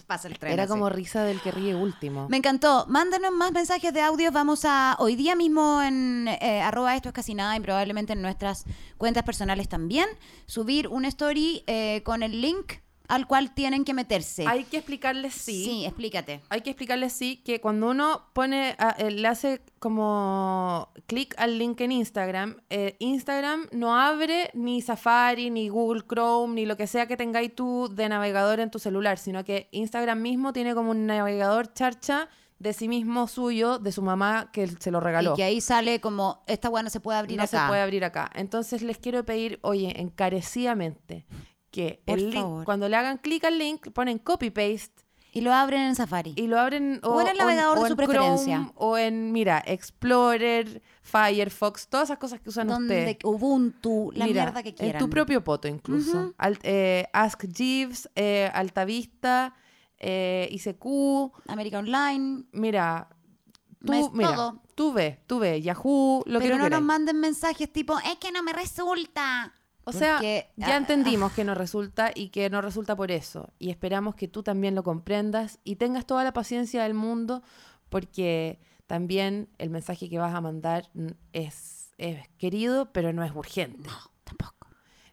Pasa el tren. Era así. como risa del que ríe último. Me encantó. Mándanos más mensajes de audio. Vamos a hoy día mismo en eh, arroba esto es casi nada y probablemente en nuestras cuentas personales también subir una story eh, con el link al cual tienen que meterse. Hay que explicarles sí. sí, explícate. Hay que explicarles sí que cuando uno pone, a- eh, le hace como clic al link en Instagram, eh, Instagram no abre ni Safari, ni Google Chrome, ni lo que sea que tengáis tú de navegador en tu celular, sino que Instagram mismo tiene como un navegador charcha de sí mismo suyo, de su mamá que se lo regaló Y que ahí sale como esta weá no se puede abrir no acá. se puede abrir acá. Entonces les quiero pedir, oye, encarecidamente, que Por el link- favor. cuando le hagan clic al link, ponen copy paste Y lo abren en Safari. y lo abren O en el navegador de su preferencia. Chrome, o en, mira, Explorer, Firefox, todas esas cosas que usan donde ustedes. Ubuntu, la Mira, mierda que en quieran. tu propio poto incluso. Ujú. Al- eh, Ask Jeeves, eh, Altavista, eh, ICQ, América Online. mira, tú, Mes- mira, todo. tú ve, tú ve, Yahoo, lo que pero tú no queráis. nos manden mensajes tipo, es que no me resulta. O sea, Porque, ya ah, entendimos que no resulta y que no resulta por eso. Y esperamos que tú también lo comprendas y tengas toda la paciencia del mundo porque también el mensaje que vas a mandar mm, es, es querido, pero no es urgente. No, tampoco.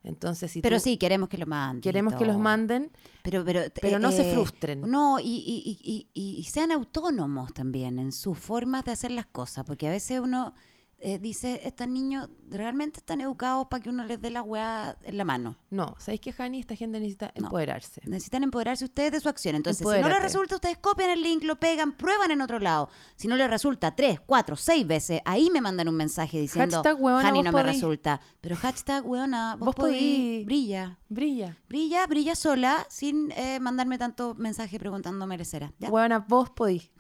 Entonces, si Pero tú- sí, queremos que lo manden. y queremos que todo. los manden, Pero, pero, eh, Pero no se frustren. No, y, y- y- y- y sean autónomos también en sus formas de hacer las cosas, porque a veces uno eh, dice, estos niños realmente están educados para que uno les dé la weá en la mano. no. ¿Sabéis que, Jani, esta gente necesita No. empoderarse? Necesitan empoderarse ustedes de su acción. Entonces, si no Empodérate. les resulta, ustedes copian el link, lo pegan, prueban en otro lado. Si no les resulta tres, cuatro, seis veces, ahí me mandan un mensaje diciendo, Hashtag hueona, Hani vos no me podís". resulta. Pero hashtag weona, vos, Vos podís, podís. brilla. Brilla. Brilla, brilla sola, sin eh, mandarme tanto mensaje preguntándome lesera. ¿ya? Buena, vos podís.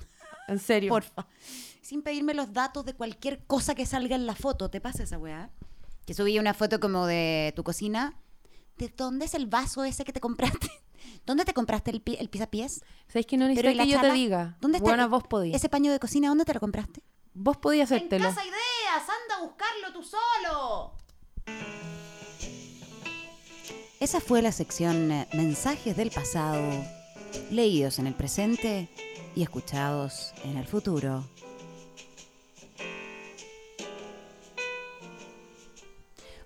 En serio. Porfa. Sin pedirme los datos de cualquier cosa que salga en la foto. ¿Te pasa esa weá? Que subí una foto como de tu cocina. ¿De dónde es el vaso ese que te compraste? ¿Dónde te compraste el, pi- el pies? ¿Sabéis que no Pero necesitas ¿y la que yo chala? te diga? ¿Dónde está Buena, el- vos podís. ¿Ese paño de cocina dónde te lo compraste? Vos podís En hacértelo. Casa Ideas, anda a buscarlo tú solo. Esa fue la sección eh, Mensajes del pasado, leídos en el presente y escuchados en el futuro.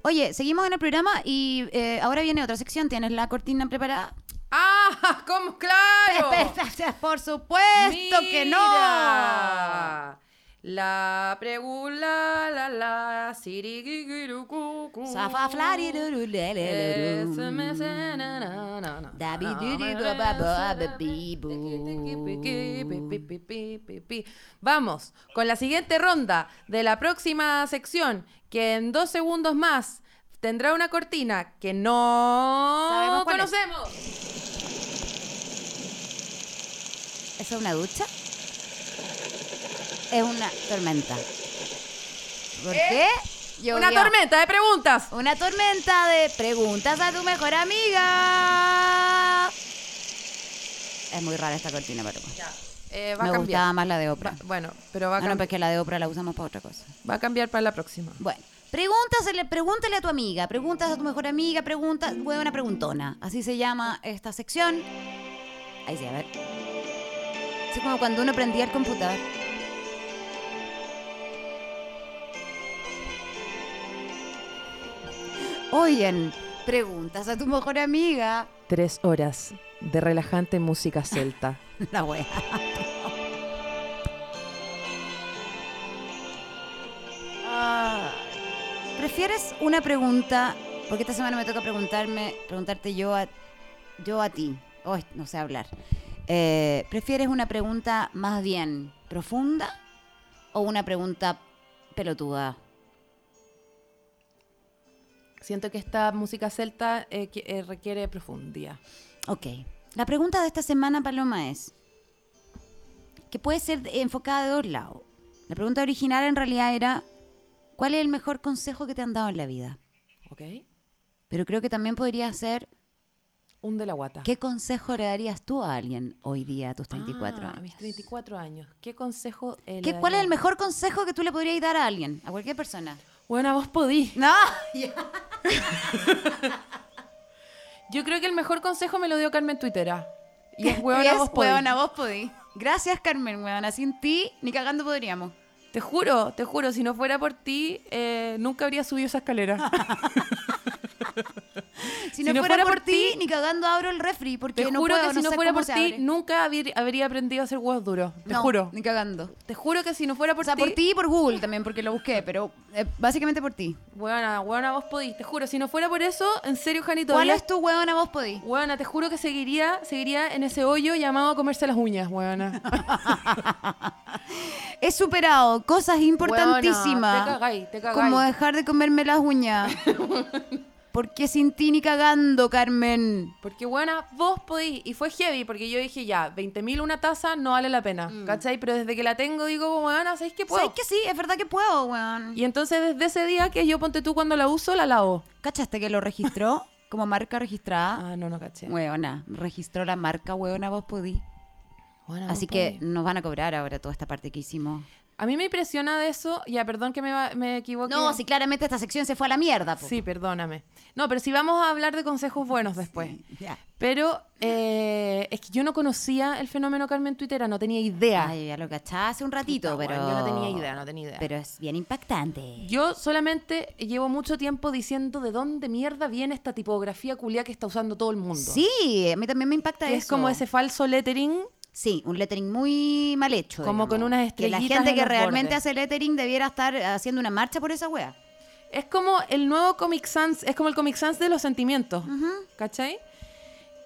Oye, seguimos en el programa y eh, ahora viene otra sección. ¿Tienes la cortina preparada? ¡Ah! ¿Cómo? ¡Claro! Por supuesto que no. Mira. La pregula la la siriguiguirucucu. Es me se na na na na. Vamos con la siguiente ronda de la próxima sección que en dos segundos más tendrá una cortina que no Sabemos cuál es. conocemos. ¿Eso es una ducha? Es una tormenta. ¿Por qué? Una Llovió. tormenta de preguntas. Una tormenta de preguntas a tu mejor amiga. Es muy rara esta cortina, pero bueno. Eh, va me a gustaba cambiar. más la de Oprah. Va- bueno, pero va a, Ah, no, cam- pero es que la de Oprah la usamos para otra cosa. va a cambiar para la próxima. Bueno, pregúntasele, pregúntale a tu amiga, pregúntale a tu mejor amiga, pregunta, buena preguntona. Así se llama esta sección. Ahí sí, a ver. Es como cuando uno prendía el computador. Oigan, preguntas a tu mejor amiga. Tres horas de relajante música celta. La wea. Ah. ¿Prefieres una pregunta? Porque esta semana me toca preguntarme, preguntarte yo a yo a ti. Hoy no sé hablar. Eh, ¿Prefieres una pregunta más bien profunda o una pregunta pelotuda? Siento que esta música celta eh, que- eh, requiere profundidad. Ok. La pregunta de esta semana, Paloma, es que puede ser enfocada de dos lados. La pregunta original en realidad era, ¿cuál es el mejor consejo que te han dado en la vida? ¿Ok? Pero creo que también podría ser, Un de la guata. ¿qué consejo le darías tú a alguien hoy día a tus 34 Ah, años? A mis 34 años. ¿Qué consejo eh, le ¿Qué- ¿Cuál es el daría? mejor consejo que tú le podrías dar a alguien? A cualquier persona. Bueno, vos podí. No. Yo creo que el mejor consejo me lo dio Carmen Twittera. Y es huevón huevona, vos podí. vos podí. Gracias, Carmen, huevona. Sin ti, ni cagando podríamos. Te juro, te juro, si no fuera por ti, eh, nunca habría subido esa escalera. Si no, fuera, por ti, ni cagando abro el refri, porque Te no juro puedo, que si no sé fuera cómo por se ti, abre. nunca habir- habría aprendido a hacer huevos duros. Te No, juro. Ni cagando. Te juro que si no fuera por O sea, ti. por ti y por Google también, porque lo busqué, pero eh, básicamente por ti. Huevona, huevona, vos podís. Te juro, si no fuera por eso, en serio, Janito. ¿Cuál es tu huevona vos podí? Huevona, te juro que seguiría, seguiría en ese hoyo llamado comerse las uñas, huevona. He superado cosas importantísimas. Huevona, te cagáis, te cagáis. como dejar de comerme las uñas. porque sin ti ni cagando, Carmen. Porque, buena, vos podís. Y fue heavy, porque yo dije, ya, 20.000 una taza no vale la pena, Mm. ¿cachai? Pero desde que la tengo, digo, buena, ¿sabéis qué puedo? ¿Sabes que sí? Es verdad que puedo, weón. Y entonces, desde ese día que yo, ponte tú, cuando la uso, la lavo. ¿Cachaste que lo registró? Como marca registrada. Ah, no, no, caché. Huevona, registró la marca, huevona, vos podí. Huevona, Así vos que podís. nos van a cobrar ahora toda esta parte que hicimos. A mí me impresiona de eso, ya, perdón que me, va- me equivoqué. No, si claramente esta sección se fue a la mierda, po. Sí, perdóname. No, pero si vamos a hablar de consejos buenos después. Pues, Ya. Pero eh, es que yo no conocía el fenómeno Carmen Twittera, no tenía idea. Ay, ya lo cachaba hace un ratito, Puta, pero. weón, yo no tenía idea, no tenía idea. Pero es bien impactante. Yo solamente llevo mucho tiempo diciendo de dónde mierda viene esta tipografía culia que está usando todo el mundo. Sí, a mí también me impacta Que eso. es como ese falso lettering. Sí, un lettering muy mal hecho. Como con unas Que la estrellitas gente en que los realmente bordes. hace lettering debiera estar haciendo una marcha por esa wea. Es como el nuevo Comic Sans, es como el Comic Sans de los sentimientos. ¿Cachai?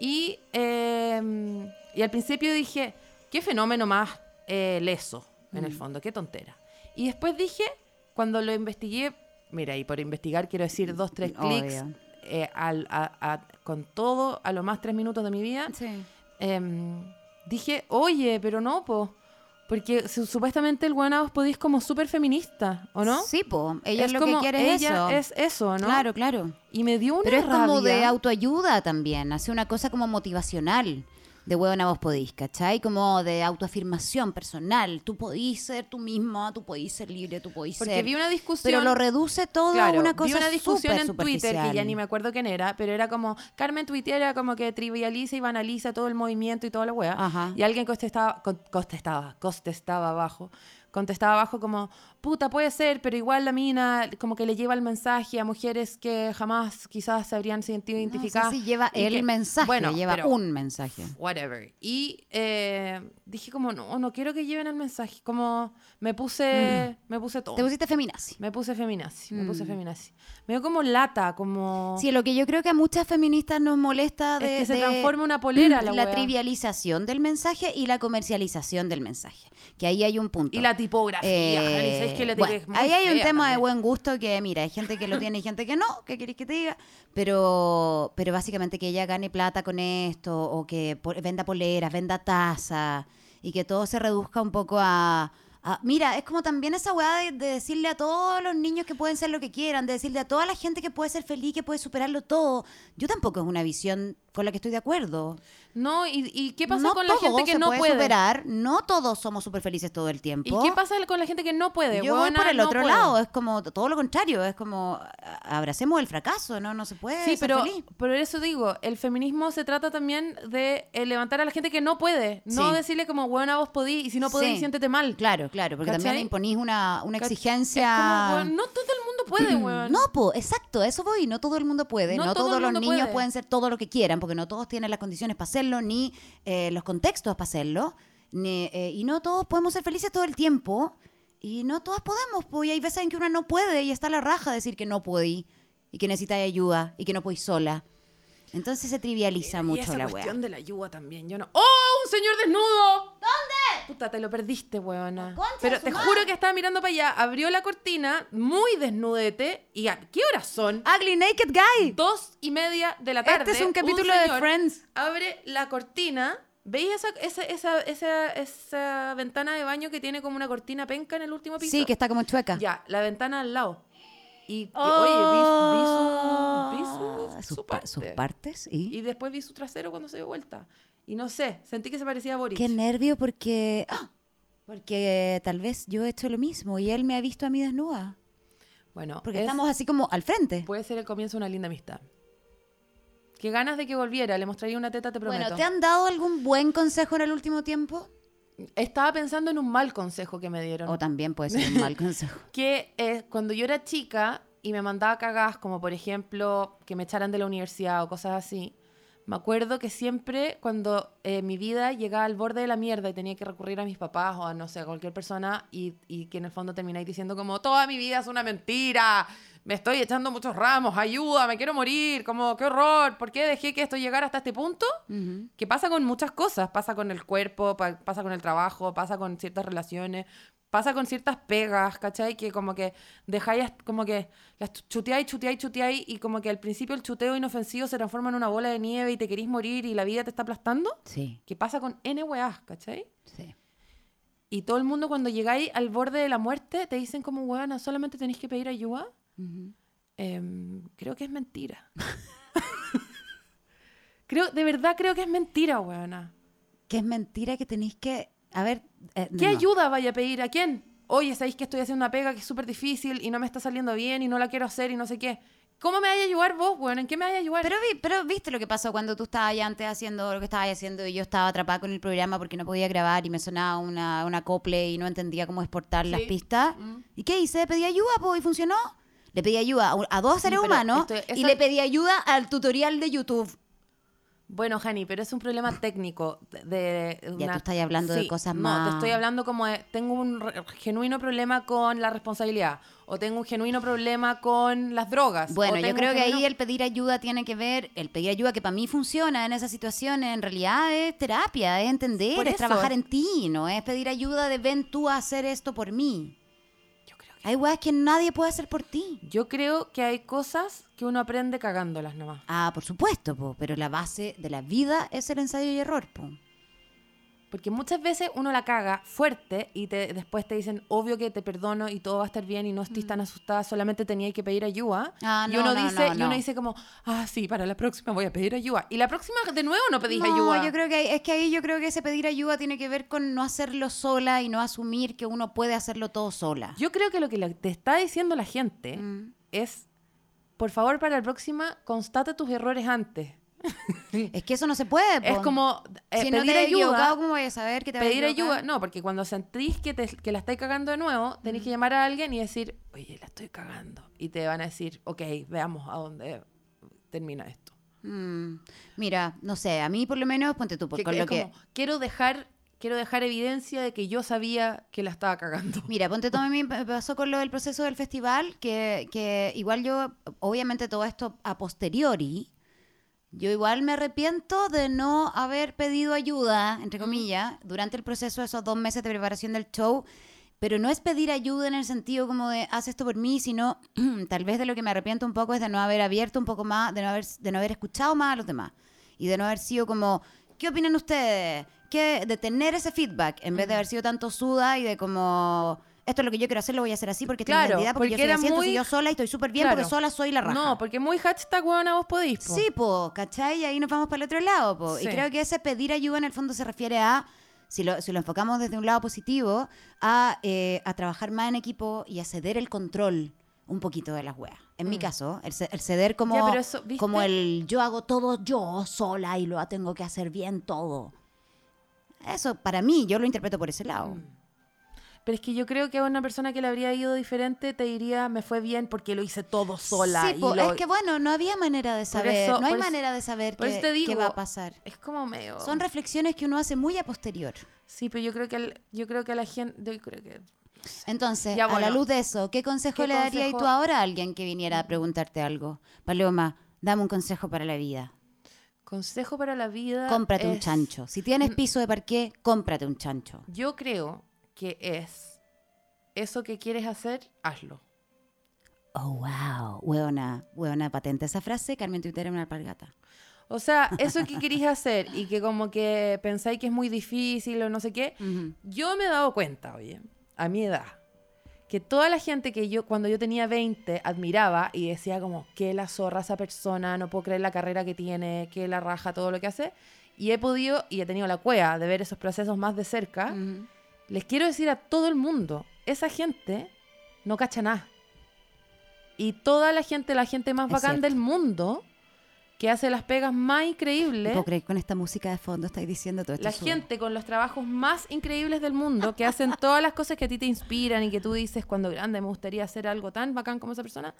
Y, eh, y al principio dije, qué fenómeno más eh, leso, en el fondo, qué tontera. Y después dije, cuando lo investigué, mira, y por investigar quiero decir dos, tres Obvio. clics eh, al- a- a- con todo, a lo más tres minutos de mi vida. Sí. em, dije, oye, pero no, po. Porque su- supuestamente el Guanabos podís como súper feminista, ¿o no? Sí, po. Ella es, lo como, que quiere ella eso. es eso, ¿no? Claro, claro. Y me dio una Pero es como rabia. de autoayuda también. Hace una cosa como motivacional. De huevona vos podís, ¿cachai? Como de autoafirmación personal. Tú podís ser tú misma, tú podís ser libre, tú podís Porque ser. vi una discusión. Pero lo reduce todo Claro, a una cosa vi una discusión súper en Twitter que ya superficial. ni me acuerdo quién era, pero era como Carmen Twitter era como que trivializa y banaliza todo el movimiento y toda la wea. Ajá. Y alguien contestaba, con- contestaba, contestaba abajo, contestaba abajo como puta puede ser, pero igual la mina como que le lleva el mensaje a mujeres que jamás quizás se habrían sentido No, sí, identificadas. sí, lleva y el que- mensaje, bueno, lleva pero- un mensaje. whatever. Y eh, dije como no, no quiero que lleven el mensaje, como me puse, me puse Mm. todo. Te pusiste feminazi. Me puse feminazi, me puse Mm. feminazi. Me dio como lata, como... Sí, lo que yo creo que a muchas feministas nos molesta Es de que se de transforma una polera la wea. trivialización del mensaje y la comercialización del mensaje, que ahí hay un punto. Y la tipografía, Jani, Eh, ¿sabes qué? La bueno, tipa es muy ahí hay un fea tema de también. buen gusto que, mira, hay gente que lo tiene y gente que no, que querés que te diga? Pero, pero básicamente que ella gane plata con esto o que po- venda poleras, venda tazas y que todo se reduzca un poco a... a- mira, es como también esa weá de, de decirle a todos los niños que pueden ser lo que quieran, de decirle a toda la gente que puede ser feliz, que puede superarlo todo. Yo tampoco es una visión con la que estoy de acuerdo. No, ¿y, y qué pasa No con la todo gente que se no puede, puede? superar, no todos somos súper felices todo el tiempo. ¿Y qué pasa con la gente que no puede? Yo voy Huevona, por el no otro puedo. lado, eh, es como t- todo lo contrario, es como a- abracemos el fracaso, no no se puede. Sí, ser pero feliz. por eso digo, el feminismo se trata también de eh, levantar a la gente que no puede, no Sí. decirle como, bueno, vos podí, y si no podés, Sí. siéntete mal. Claro, claro, porque ¿Cachai? también imponís una, una Cach- exigencia. Es como, "Hueón, no todo el mundo puede, weón. Mm. No, po, exacto, a eso voy. No todo el mundo puede. No No, todo el todos los mundo niños puede. pueden ser todo lo que quieran, porque no todos tienen las condiciones para hacerlo, ni eh, los contextos para hacerlo. ni, eh, y no todos podemos ser felices todo el tiempo. Y no todas podemos, po, y hay veces en que una no puede y está a la raja decir que no podí, y que necesita ayuda, y que no podí sola. Entonces se trivializa Eh, Y mucho esa la cuestión weá. de la yuva también. Yo no. ¡Oh! ¡Un señor desnudo! ¿Dónde? Puta, te lo perdiste, weona. concha Pero de su te madre. juro que estaba mirando para allá, abrió la cortina, muy desnudete. ¿Y a qué horas son? Ugly Naked Guy. Dos y media de la Este tarde. es un capítulo de señor Friends. Abre la cortina. ¿Veis esa, esa, esa, esa, esa ventana de baño que tiene como una cortina penca en el último piso? Sí, que está como chueca. Ya, la ventana al lado. Y, y, oye, vi, vi su- vi su- Ah, su sus, pa- sus parte. partes. ¿y? Y después vi su trasero cuando se dio vuelta. Y no sé, sentí que se parecía a Boris. Qué nervio porque... ¡Ah! Porque tal vez yo he hecho lo mismo y él me ha visto a mí desnuda. Bueno, Porque es- estamos así como al frente. puede ser el comienzo de una linda amistad. Qué ganas de que volviera, le mostraría una teta, te prometo. Bueno, ¿te han dado algún buen consejo en el último tiempo? Estaba pensando en un mal consejo que me dieron. O también puede ser un mal consejo. que eh, cuando yo era chica y me mandaba cagadas, como por ejemplo que me echaran de la universidad o cosas así, me acuerdo que siempre cuando eh, mi vida llegaba al borde de la mierda y tenía que recurrir a mis papás o a no sé, a cualquier persona y, y que en el fondo termináis diciendo como toda mi vida es una mentira, me estoy echando muchos ramos, ayuda, me quiero morir, como qué horror, ¿por qué dejé que esto llegara hasta este punto? Ujú. que pasa con muchas cosas, pasa con el cuerpo, pa- pasa con el trabajo, pasa con ciertas relaciones, pasa con ciertas pegas, ¿cachai? Que como que dejáis, hasta- como que las chu- chuteáis, chuteáis, chuteáis y como que al principio el chuteo inofensivo se transforma en una bola de nieve y te querís morir y la vida te está aplastando. Sí, Que pasa con N weás, ¿cachai? sí. Y todo el mundo cuando llegáis al borde de la muerte te dicen como, weona, solamente tenéis que pedir ayuda. Ujú. Em, creo que es mentira. creo, de verdad creo que es mentira, weona. Que es mentira que tenéis que... A ver... eh, ¿Qué no. ayuda vaya a pedir? ¿A quién? Oye, sabéis que estoy haciendo una pega que es súper difícil y no me está saliendo bien y no la quiero hacer y no sé qué. ¿Cómo me vais a ayudar vos, weón? ¿En qué me vais a ayudar? Pero, vi- pero viste lo que pasó cuando tú estabas allá antes haciendo lo que estabas haciendo y yo estaba atrapada con el programa porque no podía grabar y me sonaba una, una acople y no entendía cómo exportar las Sí. Mm. pistas. ¿Y qué hice? Pedí ayuda, po, y funcionó. Le pedí ayuda a, un- a dos seres pero humanos esto- y esa- le pedí ayuda al tutorial de YouTube. Bueno, Hani, pero es un problema técnico de, de Ya tú estás hablando de cosas más- No, te estoy hablando como de, tengo un re- genuino problema con la responsabilidad o tengo un genuino problema con las drogas. o Bueno, tengo yo un creo que ahí genuino- el pedir ayuda tiene que ver, el pedir ayuda que para mí funciona en esas situaciones, en realidad es terapia, es entender, Por es eso. trabajar en ti, no es pedir ayuda de ven tú a hacer esto por mí. Yo creo, que... Hay weas que nadie puede hacer por ti. yo creo que hay cosas que uno aprende cagándolas nomás. Ah, por supuesto, po, pero la base de la vida es el ensayo y error, po. Porque muchas veces uno la caga fuerte y te, después te dicen, obvio que te perdono y todo va a estar bien y no estés tan asustada, solamente tenía que pedir ayuda. Mm. Ah, y no, uno no, dice, no, y uno no. dice como, ah, sí, para la próxima voy a pedir ayuda. Y la próxima de nuevo no pedís No, ayuda. yo creo que ahí- es que ahí yo creo que ese pedir ayuda tiene que ver con no hacerlo sola y no asumir que uno puede hacerlo todo sola. Yo creo que lo que la- te está diciendo la gente Mm. es, por favor, para la próxima, constate tus errores antes. Es que eso no se puede, po. Es como eh, si pedir no te has ayuda. equivocado, ¿cómo vayas a saber que te vas a pedir equivocar? ayuda, no, porque cuando sentís que, te- que la estáis cagando de nuevo, tenés que llamar a alguien y decir, oye, la estoy cagando. Y te van a decir, ok, veamos a dónde termina esto. Mm, Mira, no sé, a mí por lo menos, ponte tú, por, Que- con es lo que... como, quiero dejar, quiero dejar evidencia de que yo sabía que la estaba cagando. Mira, ponte todo a mí me pasó con lo del proceso del festival, que, que igual yo, obviamente todo esto a posteriori, yo igual me arrepiento de no haber pedido ayuda, entre comillas, durante el proceso de esos dos meses de preparación del show, pero no es pedir ayuda en el sentido como de haz esto por mí, sino tal vez de lo que me arrepiento un poco es de no haber abierto un poco más, de no haber, de no haber escuchado más a los demás y de no haber sido como, ¿qué opinan ustedes? ¿Qué, de tener ese feedback en vez de haber sido tanto suda y de como, esto es lo que yo quiero hacer, lo voy a hacer así porque tengo Claro, identidad, porque, porque yo era soy así, entonces muy- yo sola y estoy súper bien Claro. porque sola soy la raja. No, porque muy hashtag huevona vos podís. po. Sí, po, ¿cachai? Y ahí nos vamos para el otro lado, po. Y Sí. creo que ese pedir ayuda en el fondo se refiere a, si lo, si lo enfocamos desde un lado positivo, a, eh, a trabajar más en equipo y a ceder el control un poquito de las weas. En mi caso, el, ce- el ceder como, Mm. Ya, pero eso, ¿viste? como el yo hago todo yo sola y lo tengo que hacer bien todo. Eso, para mí, yo lo interpreto por ese lado. Mm. Pero es que yo creo que a una persona que le habría ido diferente te diría, me fue bien porque lo hice todo sola. Sí, y po, lo- es que bueno, no había manera de saber, eso- no hay por eso- manera de saber por qué, eso te qué digo, oh. va a pasar. es como medio... Son reflexiones que uno hace muy a posterior. Sí, pero yo creo que, al- yo creo que a la gente... Yo creo que... Entonces, Ya, a la bueno. luz de eso, ¿qué consejo ¿Qué le darías consejo? tú ahora a alguien que viniera a preguntarte algo? Paloma, dame un consejo para la vida. Consejo para la vida. Cómprate un Ah, es- chancho. Si tienes piso de parqué, cómprate un chancho. Yo creo que es eso que quieres hacer, hazlo. Oh, wow. Hueona, hueona patente esa frase. Carmen Twitter una alpargata. O sea, eso que queréis hacer y que como que pensáis que es muy difícil o no sé qué, yo me he dado cuenta, oye, a mi edad, que toda la gente que yo cuando yo tenía 20 admiraba y decía como, que la zorra esa persona, no puedo creer la carrera que tiene, que la raja todo lo que hace, y he podido y he tenido la cueva de ver esos procesos más de ¿Ah? Mm. cerca, les quiero decir a todo el mundo, esa gente no cacha nada. Y toda la gente, la gente más Es bacán cierto. del mundo, que hace las pegas más No increíbles, puedo creer que con esta música de fondo estáis diciendo todo esto. la sobre- gente con los trabajos más increíbles del mundo, que hacen todas las cosas que a ti te inspiran y que tú dices cuando grande me gustaría hacer algo tan bacán como esa persona.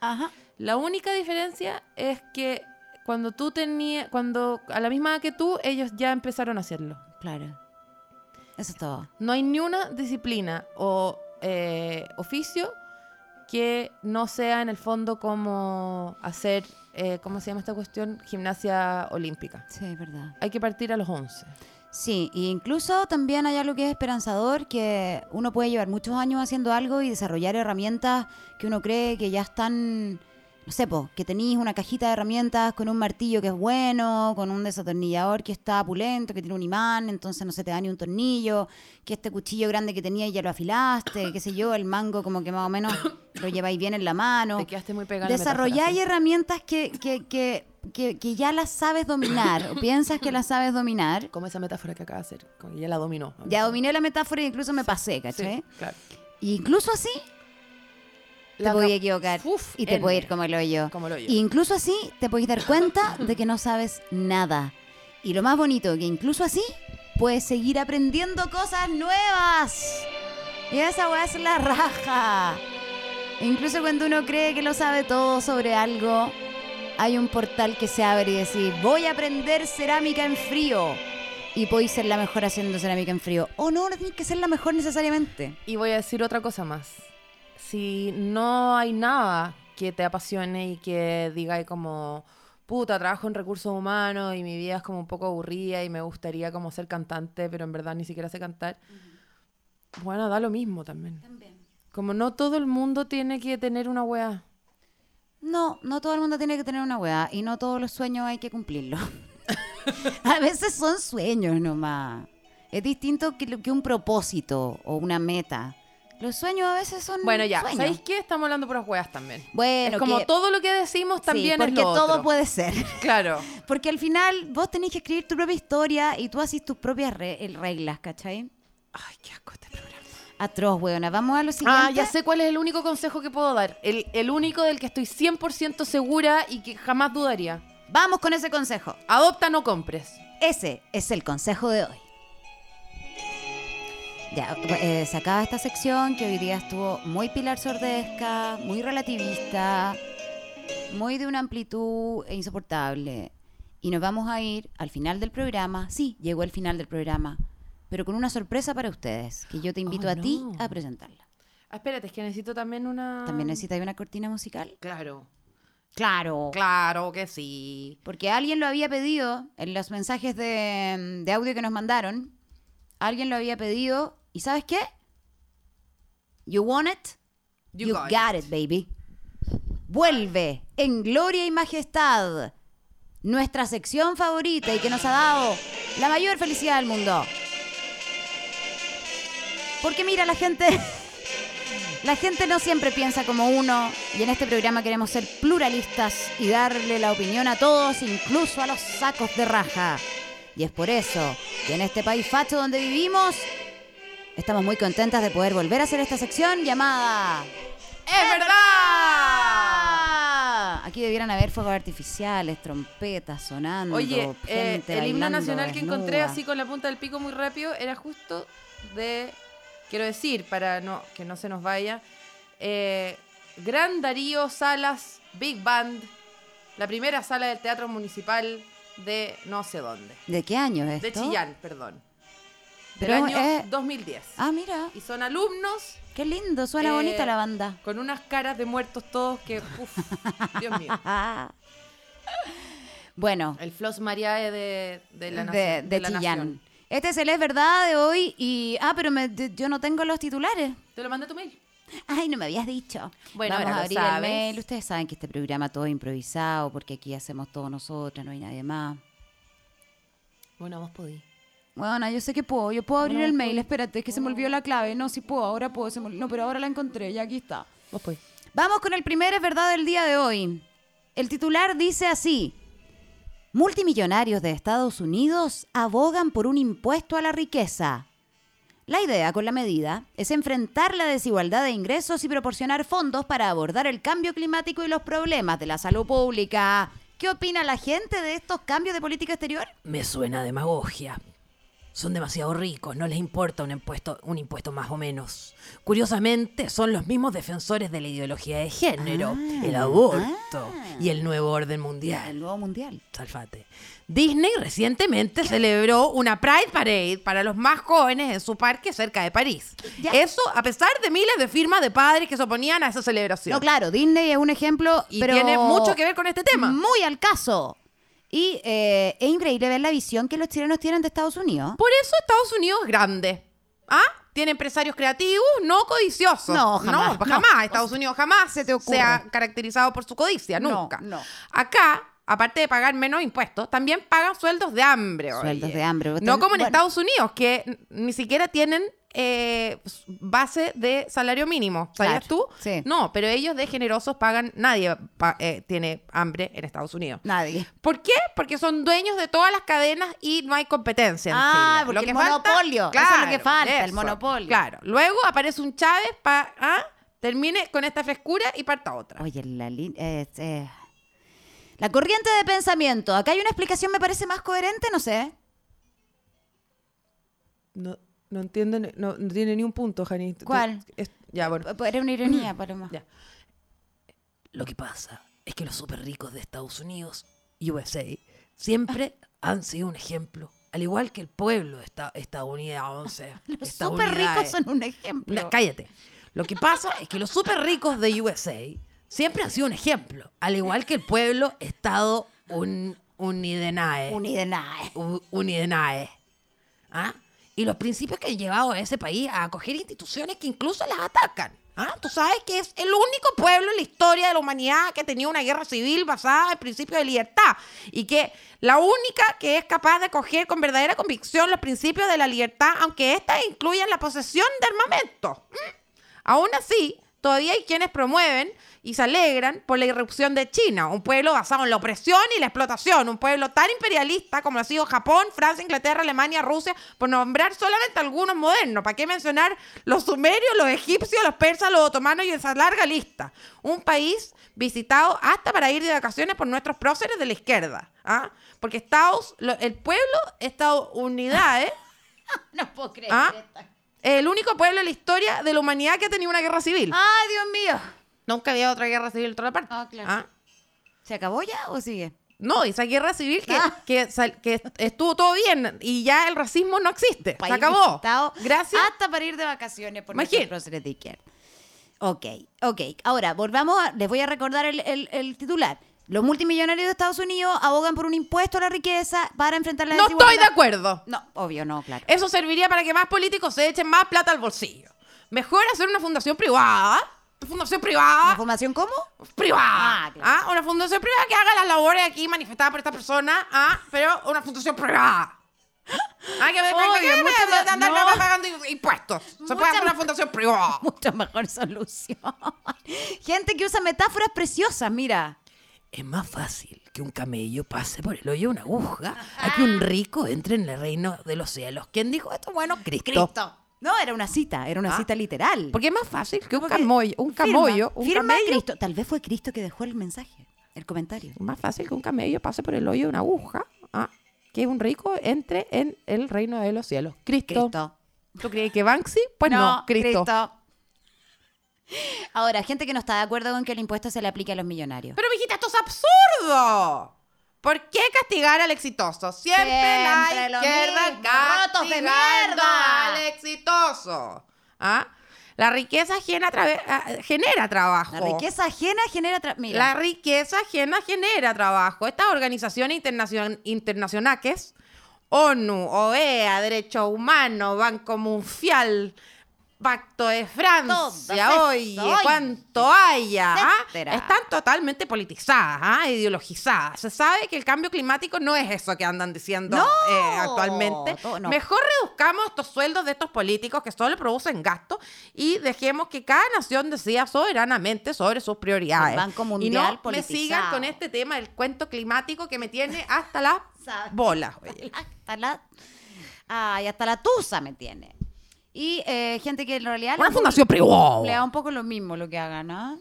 La única diferencia es que cuando tú tenías, cuando a la misma edad que tú, ellos ya empezaron a hacerlo. Claro. Eso es todo. No hay ni una disciplina o eh, oficio que no sea en el fondo como hacer, eh, ¿cómo se llama esta cuestión? Gimnasia olímpica. Sí, es verdad. Hay que partir a los 11. Sí, e incluso también hay algo que es esperanzador, que uno puede llevar muchos años haciendo algo y desarrollar herramientas que uno cree que ya están, no sé, po, que tenéis una cajita de herramientas con un martillo que es bueno, con un desatornillador que está pulento, que tiene un imán, entonces no se te da ni un tornillo, que este cuchillo grande que tenía ya lo afilaste, qué sé yo, el mango como que más o menos lo lleváis bien en la mano. Te quedaste muy pegada. a la metáfora, Desarrolláis sí. herramientas que, que, que, que, que ya las sabes dominar o piensas que las sabes dominar. Como esa metáfora que acaba de hacer, como que ya la dominó. Ya dominé la metáfora y incluso me pasé, ¿cachai? Sí, claro. Y incluso así te La podía ca- equivocar Uf, y te N, podía ir como el hoyo. Como lo yo. Y incluso así te podéis dar cuenta de que no sabes nada. Y lo más bonito, que incluso así puedes seguir aprendiendo cosas nuevas. Y esa weá es la raja. E incluso cuando uno cree que lo sabe todo sobre algo, hay un portal que se abre y decís, voy a aprender cerámica en frío. Y podéis ser la mejor haciendo cerámica en frío. O no, no tienes que ser la mejor necesariamente. Y voy a decir otra cosa más. Si no hay nada que te apasione y que diga como, puta, trabajo en recursos humanos y mi vida es como un poco aburrida y me gustaría como ser cantante, pero en verdad ni siquiera sé cantar, bueno, da lo mismo también. Como no todo el mundo tiene que tener una weá. No, no todo el mundo tiene que tener una weá y no todos los sueños hay que cumplirlos. a veces son sueños nomás. Es distinto que, lo- que un propósito o una meta. Los sueños a veces son Bueno, ya, sueños. ¿sabéis qué? Estamos hablando puras weas también. Bueno, es como que- todo lo que decimos Sí, también porque es lo todo otro. puede ser. Claro. Porque al final vos tenés que escribir tu propia historia y tú haces tus propias re- el- reglas, ¿cachai? Ay, qué asco este programa. Atroz, weona. Vamos a lo siguiente. Ah, ya sé cuál es el único consejo que puedo dar. El, el único del que estoy 100% segura y que jamás dudaría. Vamos con ese consejo. Adopta, no compres. Ese es el consejo de hoy. Ya, eh, se acaba esta sección que hoy día estuvo muy pilar sordesca, muy relativista, muy de una amplitud e insoportable. Y nos vamos a ir al final del programa. Sí, llegó el final del programa, pero con una sorpresa para ustedes, que yo te invito Oh, a ti no. a presentarla. Ah, espérate, es que necesito también una... ¿También necesitáis una cortina musical? Claro. Claro. Claro que sí. Porque alguien lo había pedido en los mensajes de, de audio que nos mandaron. Alguien lo había pedido. ¿Y sabes qué? You want it? You, got, it. baby. Vuelve en gloria y majestad. Nuestra sección favorita y que nos ha dado la mayor felicidad del mundo. Porque mira, la gente. La gente no siempre piensa como uno y en este programa queremos ser pluralistas y darle la opinión a todos, incluso a los sacos de raja. Y es por eso que en este país facho donde vivimos, estamos muy contentas de poder volver a hacer esta sección llamada... ¡Es verdad! Ah, Aquí debieran haber fuegos artificiales, trompetas sonando. Oye, eh, gente el pues, himno bailando nacional que encontré desnuda. así con la punta del pico muy rápido era justo de, quiero decir, para no que no se nos vaya, eh, Gran Darío Salas Big Band, la primera sala del Teatro Municipal de no sé dónde, ¿De qué año es de esto? Chillán, perdón, del Pero año es- 2010. Ah, mira, Y son alumnos qué lindo, suena Eh, bonita la banda. con unas caras de muertos todos que, uff, Dios mío. Ah. Bueno. El Flos Mariae de, de la nación. de, de la Chillán. nación. Este es el es verdad de hoy y... Ah, pero me- de- yo no tengo los titulares. Te lo mandé a tu mail. Ay, no me habías dicho. Bueno, Vamos ahora a lo abrir sabes. el mail. Ustedes saben que este programa todo es improvisado porque aquí hacemos todo nosotras, no hay nadie más. Bueno, vos podí. Bueno, yo sé que puedo, yo puedo abrir Bueno, el vos mail, espérate, es que se me olvidó la clave. No, sí puedo, ahora puedo, se me ol- no, pero ahora la encontré, ya aquí está. Vos podés. Vamos con el primer es verdad del día de hoy. El titular dice así: Multimillonarios de Estados Unidos abogan por un impuesto a la riqueza. La idea con la medida es enfrentar la desigualdad de ingresos y proporcionar fondos para abordar el cambio climático y los problemas de la salud pública. ¿Qué opina la gente de estos cambios de política exterior? Me suena a demagogia. Son demasiado ricos, no les importa un impuesto, un impuesto más o menos. Curiosamente, son los mismos defensores de la ideología de género, Ah, el aborto y el nuevo orden mundial. El nuevo mundial. Salfate. Disney recientemente celebró una Pride Parade para los más jóvenes en su parque cerca de París. Eso a pesar de miles de firmas de padres que se oponían a esa celebración. No, claro, Disney es un ejemplo. Y pero tiene mucho que ver con este tema. Muy al caso. Y eh, es increíble ver la visión que los chilenos tienen de Estados Unidos. Por eso Estados Unidos es grande. ¿Ah? Tiene empresarios creativos, no codiciosos. No, jamás, No, no. jamás. Estados Unidos jamás se, ha caracterizado por su codicia, No, nunca. no. Acá, aparte de pagar menos impuestos, también pagan sueldos de hambre. oye. Sueldos de hambre. No como en Bueno, Estados Unidos, que n- ni siquiera tienen eh, s- base de salario mínimo. Claro, ¿Sabías tú? sí. No, pero ellos de generosos pagan, nadie pa- eh, tiene hambre en Estados Unidos. Nadie. ¿Por qué? Porque son dueños de todas las cadenas y no hay competencia. en Ah, Chile. porque el monopolio, eso es lo que falta, el monopolio. Claro. Luego aparece un Chávez para termine con esta frescura y parta otra. Oye, la lin- eh, eh. La corriente de pensamiento. Acá hay una explicación, me parece más coherente, no sé. No, no entiendo, ni- no, no tiene ni un punto, Jani. Tú- ¿Cuál? es- ya, bueno. Era una Mm. ironía, Paloma. Lo que pasa es que los super ricos de Estados Unidos, USA, siempre han sido un ejemplo. Al igual que el pueblo esta- estadounidense. Los súper ricos son un ejemplo. Na- cállate. Lo que pasa es que los super ricos de USA siempre han sido un ejemplo, al igual que el pueblo estado un, unidenae. Unidenae. U- unidenae. ¿Ah? Y los principios que han llevado a ese país a acoger instituciones que incluso las atacan. ¿Ah? Tú sabes que es el único pueblo en la historia de la humanidad que ha tenido una guerra civil basada en principios de libertad y que la única que es capaz de acoger con verdadera convicción los principios de la libertad, aunque éstas incluyan la posesión de armamento. Aún así, todavía hay quienes promueven y se alegran por la irrupción de China, un pueblo basado en la opresión y la explotación, un pueblo tan imperialista como lo ha sido Japón, Francia, Inglaterra, Alemania, Rusia, por nombrar solamente algunos modernos. ¿Para qué mencionar los sumerios, los egipcios, los persas, los otomanos y esa larga lista? Un país visitado hasta para ir de vacaciones por nuestros próceres de la izquierda. ¿ah? Porque Estados, lo- el pueblo Estados Unidades No puedo creer. ¿Ah? El único pueblo en la historia de la humanidad que ha tenido una guerra civil. ¡Ay, Dios mío! Nunca había otra guerra civil en toda parte. ¿Ah? ¿Se acabó ya o sigue? No, esa guerra civil que, Ah. que, sal- que estuvo todo bien y ya el racismo no existe. Se país acabó. visitado Gracias. Hasta para ir de vacaciones por Imagín- nuestros próceres de izquierda. Ok, ok. Ahora, volvamos a- Les voy a recordar el, el- el titular. Los multimillonarios de Estados Unidos abogan por un impuesto a la riqueza para enfrentar la No desigualdad. estoy de acuerdo. Eh, No, obvio, no, claro. Eso serviría para que más políticos se echen más plata al bolsillo. Mejor hacer una fundación privada. Fundación privada. ¿Una fundación cómo? Privada. Ah, Una fundación privada que haga las labores aquí manifestadas por esta persona. Ah, pero una fundación privada. Ah, que me Oye, que me- mucha de- de ma- andar no. pagando impuestos. Se puede Mucha hacer una ma- fundación privada. Mucha mejor solución. Gente que usa metáforas preciosas, mira. Es más fácil que un camello pase por el hoyo de una aguja Ah. a que un rico entre en el reino de los cielos. ¿Quién dijo esto? Bueno, Cristo. Cristo. No, era una cita, era una Ah. cita literal. Porque es más fácil que un Porque camello, un firma, camello, un firma camello. Cristo. Tal vez fue Cristo que dejó el mensaje, el comentario. más fácil que un camello pase por el hoyo de una aguja ah, que un rico entre en el reino de los cielos. Cristo. ¿Tú crees que Banksy? Pues no, Cristo. Ahora, gente que no está de acuerdo con que el impuesto se le aplique a los millonarios. Pero, mijita, esto es absurdo. ¿Por qué castigar al exitoso? Siempre, Siempre la lo izquierda mismo, rotos de castigando mierda. al exitoso. ¿Ah? La riqueza ajena trave- a- genera trabajo. La riqueza ajena genera tra- mira. La riqueza ajena genera trabajo. Estas organizaciones internacion- internacionales, ONU, E OEA, Derechos Humanos, Banco Mundial, Pacto de Francia, Todas oye, esas, oye, cuánto haya, ¿ah? etcétera. están totalmente politizadas, ¿ah? ideologizadas. Se sabe que el cambio climático no es eso que andan diciendo No, eh, actualmente. to- no. Mejor reduzcamos estos sueldos de estos políticos que solo producen gastos y dejemos que cada nación decida soberanamente sobre sus prioridades. El Banco Ah, eh. Y Mundial no me sigan politizado. con este tema del cuento climático que me tiene hasta las bolas. oye. Ah, hasta la ay, hasta la tusa me tiene y eh, gente que en realidad Una le- fundación privada. le da un poco lo mismo lo que hagan ¿ah?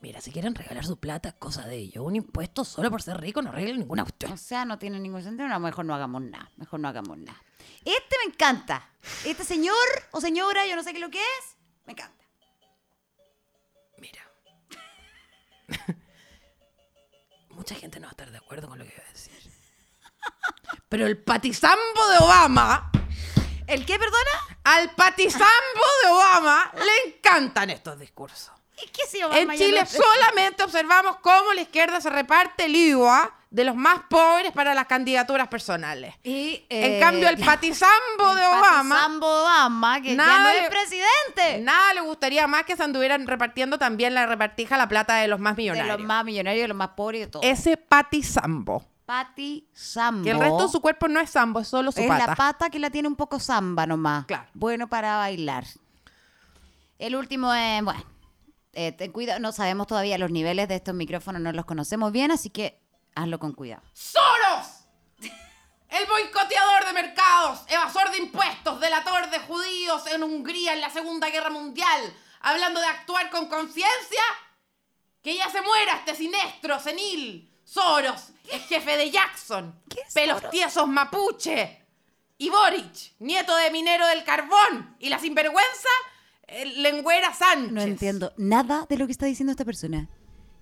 Mira, si quieren regalar su plata, es cosa de ellos. Un impuesto solo por ser rico no arregla ninguna cuestión. o sea no tiene ningún sentido no, mejor no hagamos nada mejor no hagamos nada este me encanta este señor o señora yo no sé qué lo que es me encanta Mira. Mucha gente no va a estar de acuerdo con lo que voy a decir. Pero el patizambo de Obama, el qué perdona al patizambo de Obama, le encantan estos discursos. ¿Y qué se En Chile solamente observamos cómo la izquierda se reparte el IVA de los más pobres para las candidaturas personales. y eh, en cambio, el patizambo de Obama, Sambo Obama que ya Nada no le- es presidente nada le gustaría más que se anduvieran repartiendo también la repartija la plata de los más de millonarios. los más millonarios de los más pobres de todo Ese patizambo. Pati Sambo Que el resto de su cuerpo no es sambo, es solo su es pata. la pata que la tiene un poco samba nomás. Claro. Bueno para bailar. El último es, bueno, eh, ten cuidado, no sabemos todavía los niveles de estos micrófonos, no los conocemos bien, así que hazlo con cuidado. ¡Soros! El boicoteador de mercados, evasor de impuestos, delator de judíos en Hungría en la Segunda Guerra Mundial, hablando de actuar con conciencia. Que ya se muera este siniestro, senil. Soros, es jefe de Jackson. Pelos tiesos mapuche. Y Boric, nieto de minero del carbón. Y la sinvergüenza, eh, lengüera Sánchez. No entiendo nada de lo que está diciendo esta persona.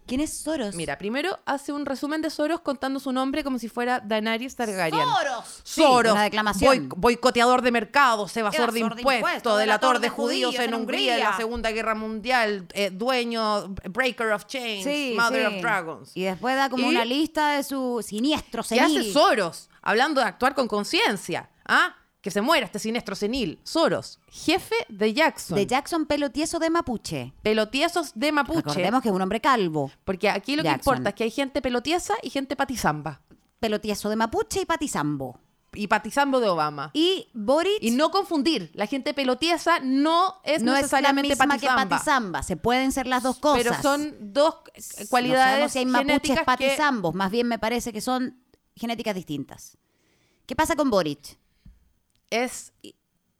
¿Quién es Soros? Mira, primero hace un resumen de Soros contando su nombre como si fuera Daenerys Targaryen. Soros. Sí, Soros. una declamación. boic- boicoteador de mercados, evasor de Evasor de impuestos, impuestos, delator de judíos en Hungría, en la Segunda Guerra Mundial, eh, dueño, breaker of chains, Sí, mother sí. of dragons. Y después da como Y- una lista de su siniestro ¿Qué senil. hace Soros? Hablando de actuar con conciencia. ¿Ah? Que se muera este siniestro senil. Soros, jefe de Jackson. De Jackson Pelotieso de Mapuche. Pelotiezos de Mapuche. Recordemos que es un hombre calvo. Porque aquí lo que Jackson. importa es que hay gente pelotieza y gente patizamba. Pelotieso de Mapuche y Patizambo. Y patizambo de Obama. Y, Y Boric no confundir, la gente pelotieza no es no es la necesariamente misma que patizamba. patizamba. Se pueden ser las dos cosas. Pero son dos eh, No sabemos cualidades si hay mapuches genéticas que- patizambos. Más bien me parece que son genéticas distintas. ¿Qué pasa con Boric? es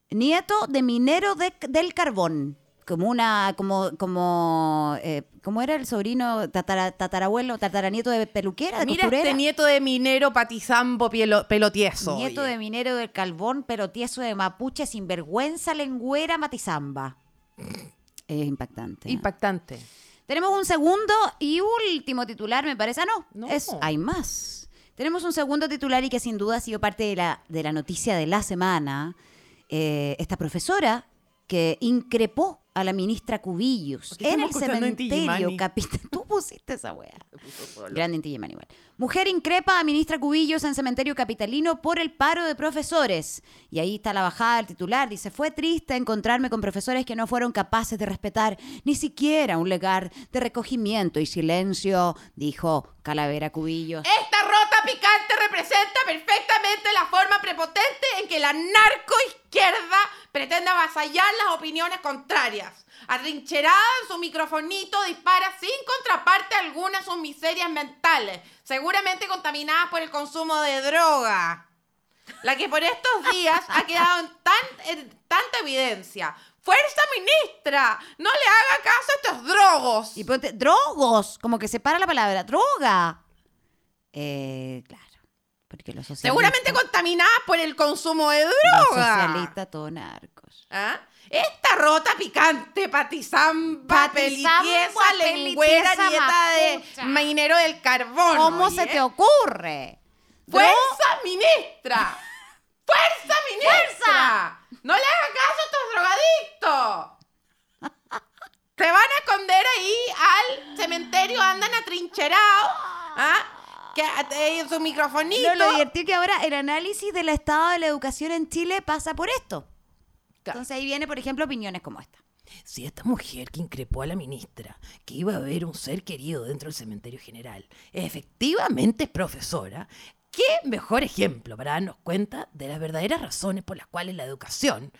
Nieto de minero de- del carbón. Como una, como, como, eh, ¿cómo era el sobrino tatara- tatarabuelo, tataranieto de peluquera, de Mira costurera? este nieto de minero patizambo pielo- pelotieso. Nieto oye. de minero del carbón, pero tieso de mapuche, sinvergüenza, lengüera, matizamba. Es impactante. ¿eh? Impactante. Tenemos un segundo y último titular, me parece. Ah, no, No. Es, hay más. Tenemos un segundo titular y que sin duda ha sido parte de la, de la noticia de la semana. Eh, esta profesora que increpó a la ministra Cubillos ¿Por qué en el estamos escuchando Inti cementerio Illimani? capital. Tú pusiste esa wea. Grande Inti Illimani, igual. Mujer increpa a ministra Cubillos en cementerio capitalino por el paro de profesores. Y ahí está la bajada del titular. Dice, fue triste encontrarme con profesores que no fueron capaces de respetar ni siquiera un legar de recogimiento y silencio, dijo Calavera Cubillos. Esta rota picante representa perfectamente la forma prepotente en que la narcoizquierda pretende avasallar las opiniones contrarias. Arrincherada en su microfonito, dispara sin contraparte alguna sus miserias mentales, seguramente contaminadas por el consumo de droga. La que por estos días ha quedado en, tan- en tanta evidencia. ¡Fuerza ministra! ¡No le haga caso a estos drogos! Y ponte, drogos, como que separa la palabra, droga. Eh, claro, porque los socialistas... Seguramente contaminadas por el consumo de los droga. socialistas, todos narcos. ¿Ah? Esta rota picante, patizamba, Patizamba, pelitiesa, lengüera, pelitiesa, nieta de mapucha. minero del carbón. ¿Cómo oye. se te ocurre? ¡Fuerza, Dro- ministra! ¡Fuerza, ministra! ¡No le hagas caso a estos drogadictos! Se van a esconder ahí al cementerio, andan atrincherados. ¿ah? Que eh, su No, microfonito. lo divertido que ahora el análisis del estado de la educación en Chile pasa por esto. Entonces ahí viene, por ejemplo, opiniones como esta. Si esta mujer que increpó a la ministra que iba a ver un ser querido dentro del cementerio general efectivamente es profesora, ¿qué mejor ejemplo para darnos cuenta de las verdaderas razones por las cuales la educación,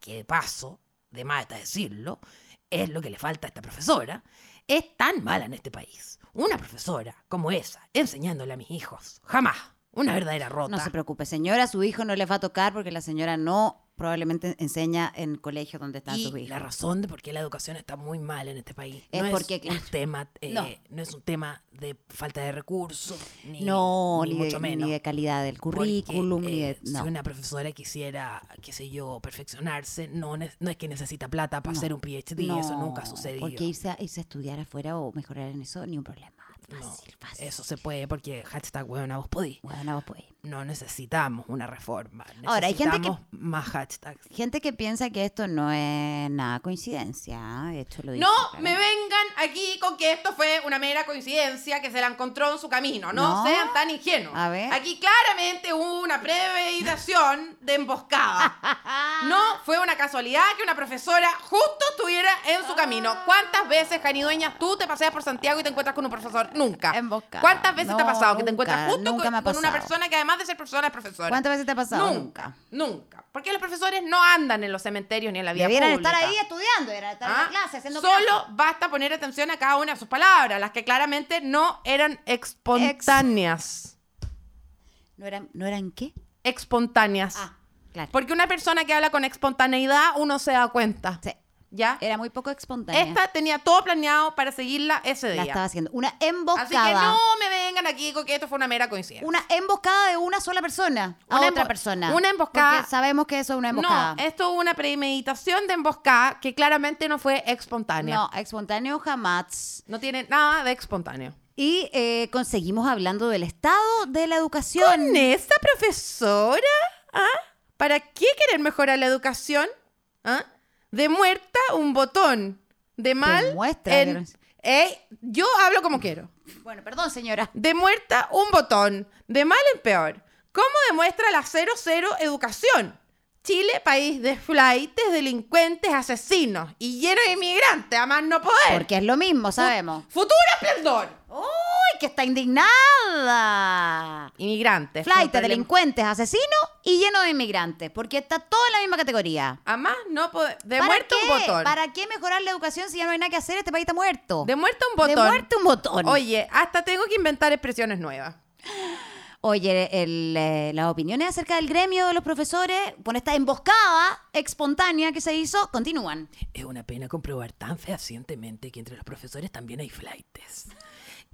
que de paso, de más está decirlo, es lo que le falta a esta profesora, es tan mala en este país? Una profesora como esa, enseñándole a mis hijos, jamás, una verdadera rota. No se preocupe, señora, su hijo no les va a tocar porque la señora no probablemente enseña en colegios donde están Y sus hijos. la razón de por qué la educación está muy mal en este país Es no porque, es claro. un tema eh, No. no. es un tema de falta de recursos ni, no, ni ni, mucho de, menos ni de calidad del Porque, currículum, ni eh, de... No. si una profesora quisiera qué sé yo perfeccionarse no ne- no es que necesita plata para No. hacer un PhD eso nunca ha No, sucedido Porque irse a, irse a estudiar afuera o mejorar en eso, ni un problema. No, eso se puede porque hashtag huevona vos podí Huevona vos podí no necesitamos una reforma Ahora, hay gente que- necesitamos más hashtags Gente que piensa que esto no es nada coincidencia, ¿eh? de hecho lo dice, No claro. me vengan aquí con que esto fue una mera coincidencia que se la encontró en su camino. No, No. sean tan ingenuos. A ver. Aquí claramente hubo una premeditación de emboscada. No fue una casualidad que una profesora justo estuviera en su camino. ¿Cuántas veces, Janidueñas, tú te paseas por Santiago y te encuentras con un profesor? Nunca. Emboscada. ¿Cuántas veces te ha No, pasado que te nunca, encuentras justo nunca con, me ha con una pasado. persona que además de ser profesora es profesora? ¿Cuántas veces te ha pasado? Nunca. Nunca. Porque los profesores no andan en los cementerios ni en la vía Debieran pública. estar ahí estudiando, debieran estar en ¿Ah? la clase, haciendo Solo clases. basta poner atención a cada una de sus palabras, las que claramente no eran espontáneas. ¿No eran, ¿No eran qué? Espontáneas. Ah. Porque una persona que habla con espontaneidad, uno se da cuenta. ¿Ya? Era muy poco espontánea. Esta tenía todo planeado para seguirla ese La día. estaba haciendo. Una Así que emboscada. no me vengan aquí con que esto fue una mera coincidencia. Una emboscada de una sola persona a Una otra embo- persona. una emboscada- Porque sabemos que eso es una emboscada. No, esto es una premeditación de emboscada que claramente no fue espontánea. No, espontáneo jamás. No tiene nada de espontáneo. Y eh, conseguimos hablando del estado de la educación. ¿Con esa profesora? ¿Ah? ¿Para qué querer mejorar la educación? ¿Ah? De muerta un botón. De mal. muestra, en- pero- Eh, yo hablo como quiero. Bueno, perdón, señora. De muerta un botón. De mal en peor. ¿Cómo demuestra la 00 educación? Chile, país de flightes, delincuentes, asesinos y lleno de inmigrantes, a más no poder. Porque es lo mismo, sabemos. ¡Futuro esplendor! ¡Uy, que está indignada! Inmigrantes. Flight, no problema. delincuentes, asesinos y lleno de inmigrantes. Porque está todo en la misma categoría. A más no poder. De ¿Para muerta qué? un botón. ¿Para qué mejorar la educación si ya no hay nada que hacer? Este país está muerto. De muerte un botón. De muerte un botón. Oye, hasta tengo que inventar expresiones nuevas. Oye, el, eh, las opiniones acerca del gremio de los profesores, por esta emboscada espontánea que se hizo, continúan. Es una pena comprobar tan fehacientemente que entre los profesores también hay flaites,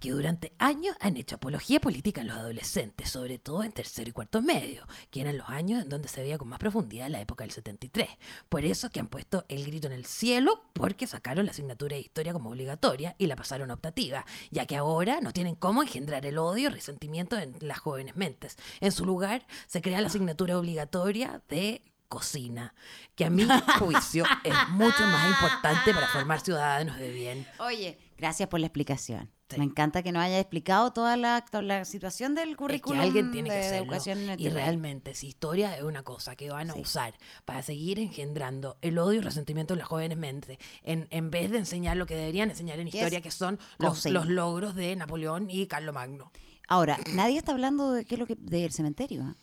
que durante años han hecho apología política en los adolescentes, sobre todo en tercero y cuarto medio, que eran los años en donde se veía con más profundidad la época del 73. Por eso que han puesto el grito en el cielo, porque sacaron la asignatura de historia como obligatoria y la pasaron a optativa, ya que ahora no tienen cómo engendrar el odio y resentimiento en las jóvenes mentes. En su lugar, se crea la asignatura obligatoria de cocina, que a mi juicio es mucho más importante para formar ciudadanos de bien. Oye, gracias por la explicación. Me encanta que nos haya explicado toda la, toda la situación del Es que currículum alguien tiene de, que de hacerlo. educación. en Y este país. realmente, si historia es una cosa que van a usar para seguir engendrando el odio y resentimiento en las jóvenes mentes, en, en vez de enseñar lo que deberían enseñar en ¿Qué historia, es? que son los, Cocina. los logros de Napoleón y Carlomagno. Ahora, nadie está hablando de qué es lo que del cementerio. ¿ah?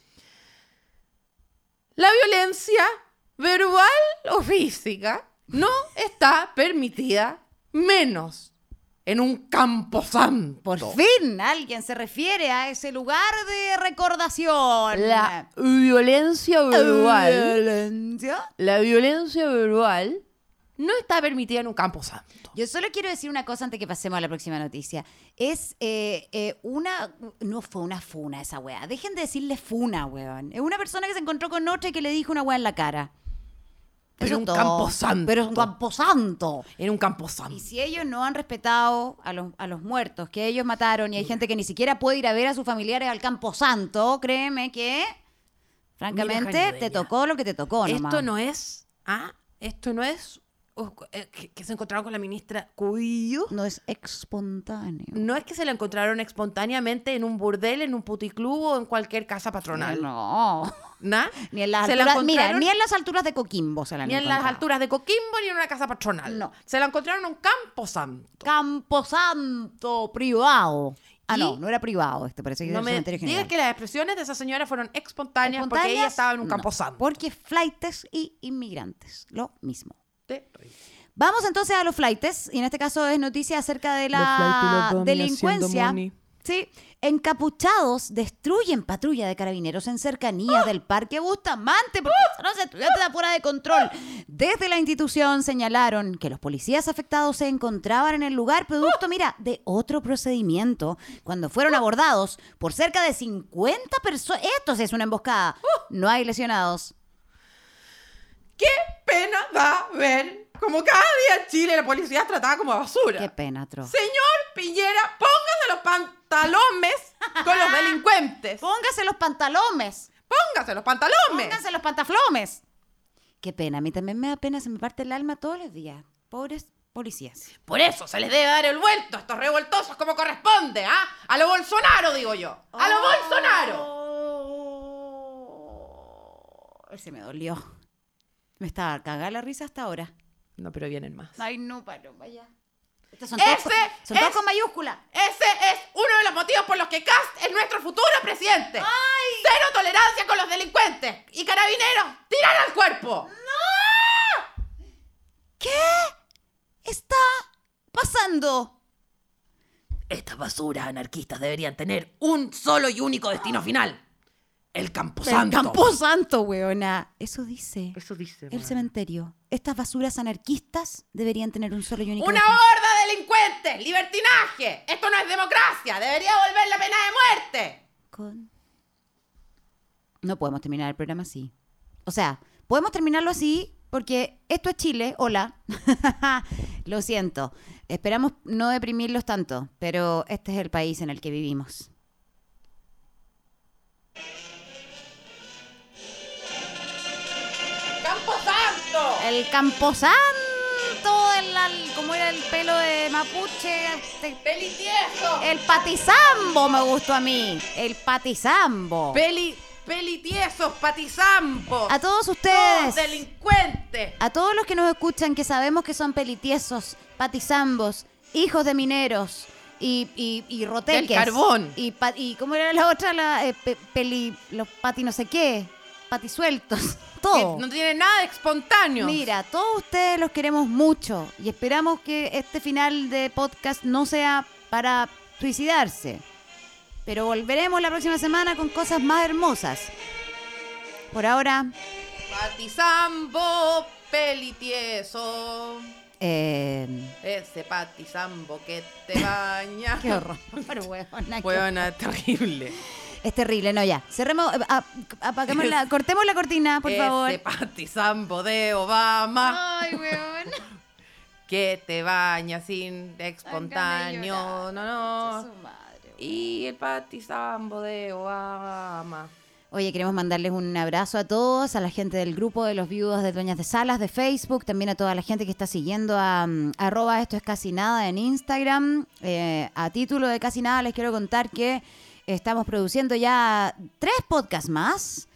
La violencia verbal o física no está permitida menos en un camposanto. Por fin, alguien se refiere a ese lugar de recordación. La violencia verbal. Violencia. La violencia verbal no está permitida en un camposanto. Yo solo quiero decir una cosa antes que pasemos a la próxima noticia. Es eh, eh, una. No fue una funa esa weá. Dejen de decirle funa, weón. Es una persona que se encontró con otra y que le dijo una weá en la cara. Pero Eso un todo. camposanto. Pero un camposanto. En un camposanto. Y si ellos no han respetado a los, a los muertos que ellos mataron y hay gente que ni siquiera puede ir a ver a sus familiares al camposanto, créeme que. Francamente, Janidueña, te tocó lo que te tocó, nomás. Esto no es, ah, esto no es uh, eh, que, que se encontraron con la ministra Cuyo. No es espontáneo. No es que se la encontraron espontáneamente en un burdel, en un puticlub o en cualquier casa patronal. No. ¿Na? Ni en las Se la alturas, mira, encontraron- ni en las alturas de Coquimbo se la han Ni en las encontrado. alturas de Coquimbo ni en una casa patronal. No. Se la encontraron en un campo santo. Camposanto privado. Ah, Y- no, no era privado este, parece que era No el me cementerio digas general. que las expresiones de esa señora fueron espontáneas, porque ella Espontáneas, estaba en un no, campo santo. Porque flightes y inmigrantes, lo mismo. Terrible. Vamos entonces a los flightes, y en este caso es noticia acerca de flightes y la los dummy haciendo delincuencia. money. Sí, encapuchados destruyen patrulla de carabineros en cercanías del Parque Bustamante, porque ¡Ah! eso no se estudiante está fuera de control. Desde la institución señalaron que los policías afectados se encontraban en el lugar ¡Ah! producto, mira, de otro procedimiento, cuando fueron abordados por cerca de 50 personas. Esto sí es una emboscada. ¡Ah! No hay lesionados. Qué pena da ver como cada día en Chile la policía es tratada como basura. Qué pena, Tro. Señor Piñera, póngase los pantalones con los delincuentes. Póngase los pantalones. Póngase los pantalones. Pónganse los pantaflomes. Qué pena, a mí también me da pena, se me parte el alma todos los días. Pobres policías. Por eso se les debe dar el vuelto a estos revoltosos como corresponde, ¿ah? A lo Bolsonaro, digo yo. A Oh. lo Bolsonaro. Ay, se me dolió. Me estaba cagada la risa hasta ahora. No, pero vienen más. Ay, no, paloma, ya. Estos son todos, Ese con- son todos es- con mayúscula. Ese es uno de los motivos por los que Cast es nuestro futuro presidente. ¡Ay! Cero tolerancia con los delincuentes y carabineros. ¡Tirar al cuerpo! ¿Qué está pasando? Estas basuras anarquistas deberían tener un solo y único destino final. El El Camposanto. Camposanto, weona. Eso dice. Eso dice. El cementerio. Estas basuras anarquistas deberían tener un solo y único. Una destino. horda de delincuentes, libertinaje. Esto no es democracia. Debería volver la pena de muerte. Con- No podemos terminar el programa así. O sea, podemos terminarlo así porque esto es Chile. Hola. Lo siento. Esperamos no deprimirlos tanto, pero este es el país en el que vivimos. ¡Camposanto! El camposanto, el, al- ¿cómo era el pelo de mapuche? Este- ¡Pelitieso! El patizambo me gustó a mí. El patizambo. Peli, pelitiesos, patizambos. A todos Todos ustedes. delincuentes. A todos los que nos escuchan, que sabemos que son pelitiesos, patizambos, hijos de mineros y, y, y roteques. Del carbón. Y, pa- y ¿cómo era la otra? La, eh, pe- peli, los pati no sé qué, patisueltos, todo. Que no tiene nada de espontáneo. Mira, todos ustedes los queremos mucho y esperamos que este final de podcast no sea para suicidarse. Pero volveremos la próxima semana con cosas más hermosas. Por ahora, Patizambo, pelitieso. eh, Ese patizambo que te baña. Qué horror. Pero huevona, qué Huevona, terrible. Es terrible, no, ya. Cerremos, eh, ap- apaguemos la, cortemos la cortina, por favor. Ese patizambo de Obama Ay, weón. que te baña sin espontáneo. No, no. Y el patizambo de Obama. Oye, queremos mandarles un abrazo a todos, a la gente del grupo de los viudos de Dueñas de Salas de Facebook, también a toda la gente que está siguiendo a mm, arroba esto es casi nada en Instagram. Eh, a título de casi nada les quiero contar que estamos produciendo ya tres podcasts más.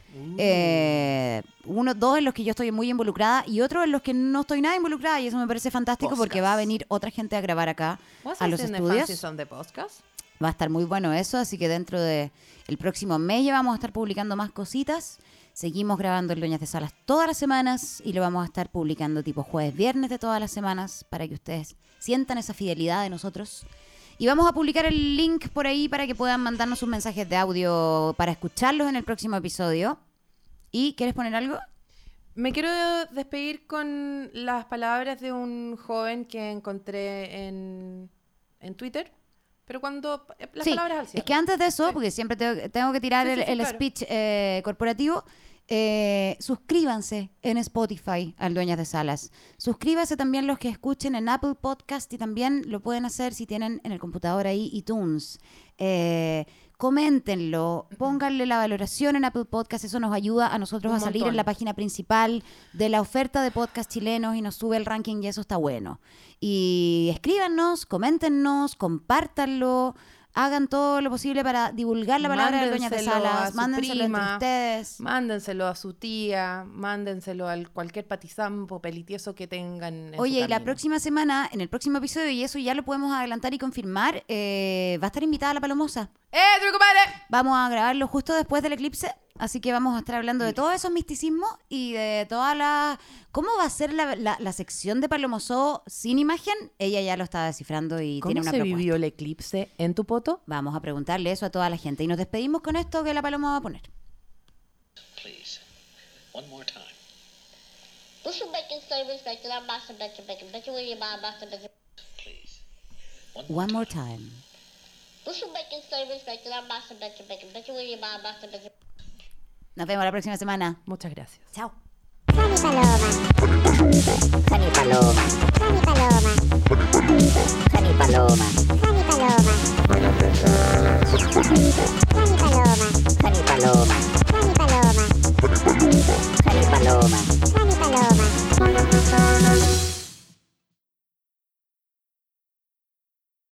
Eh, uno, dos en los que yo estoy muy involucrada y otro en los que no estoy nada involucrada y eso me parece fantástico porque va a venir otra gente a grabar acá a los estudios. son de podcast? Va a estar muy bueno eso, así que dentro de el próximo mes ya vamos a estar publicando más cositas. Seguimos grabando el Doñas de Salas todas las semanas y lo vamos a estar publicando tipo jueves, viernes de todas las semanas para que ustedes sientan esa fidelidad de nosotros. Y vamos a publicar el link por ahí para que puedan mandarnos sus mensajes de audio para escucharlos en el próximo episodio. ¿Y quieres poner algo? Me quiero despedir con las palabras de un joven que encontré en, en Twitter. Pero cuando. Las Sí, palabras al cierre. Es que antes de eso, porque siempre tengo, tengo que tirar Sí, sí, el, sí, el claro. speech eh, corporativo, eh, suscríbanse en Spotify al Dueñas de Salas. Suscríbanse también los que escuchen en Apple Podcast y también lo pueden hacer si tienen en el computador ahí iTunes. Eh, coméntenlo, pónganle la valoración en Apple Podcast, eso nos ayuda a nosotros Un a salir en montón. la página principal de la oferta de podcast chilenos y nos sube el ranking y eso está bueno. Y escríbanos, coméntenos, compártanlo, hagan todo lo posible para divulgar la palabra de Doña de Mándenselo a Salas, su mándenselo entre prima, ustedes. Mándenselo a su tía, mándenselo a cualquier patizampo pelitieso que tengan. en su Oye, y la camino. próxima semana, en el próximo episodio, y eso ya lo podemos adelantar y confirmar, eh, va a estar invitada la Palomosa. ¡Eh, tu compadre! Vamos a grabarlo justo después del eclipse, así que vamos a estar hablando de todos esos misticismos y de toda la... ¿Cómo va a ser la, la- la sección de Palomosó sin imagen? Ella ya lo está descifrando y ¿Cómo tiene una se propuesta. vivió el eclipse en tu poto? Vamos a preguntarle eso a toda la gente y nos despedimos con esto que la Paloma va a poner. Please, one more time. Bushel bacon, service bacon, I'm bacon, bacon, bacon, bacon, when you buy bacon, bacon. One more time. Bushel bacon, service bacon, I'm bacon, bacon, bacon, bacon, when you buy bacon, bacon. Nos vemos la próxima semana. Muchas gracias. Chao. Fanny Paloma. Fanny Paloma. Fanny Paloma. Fanny Paloma. Fanny Paloma.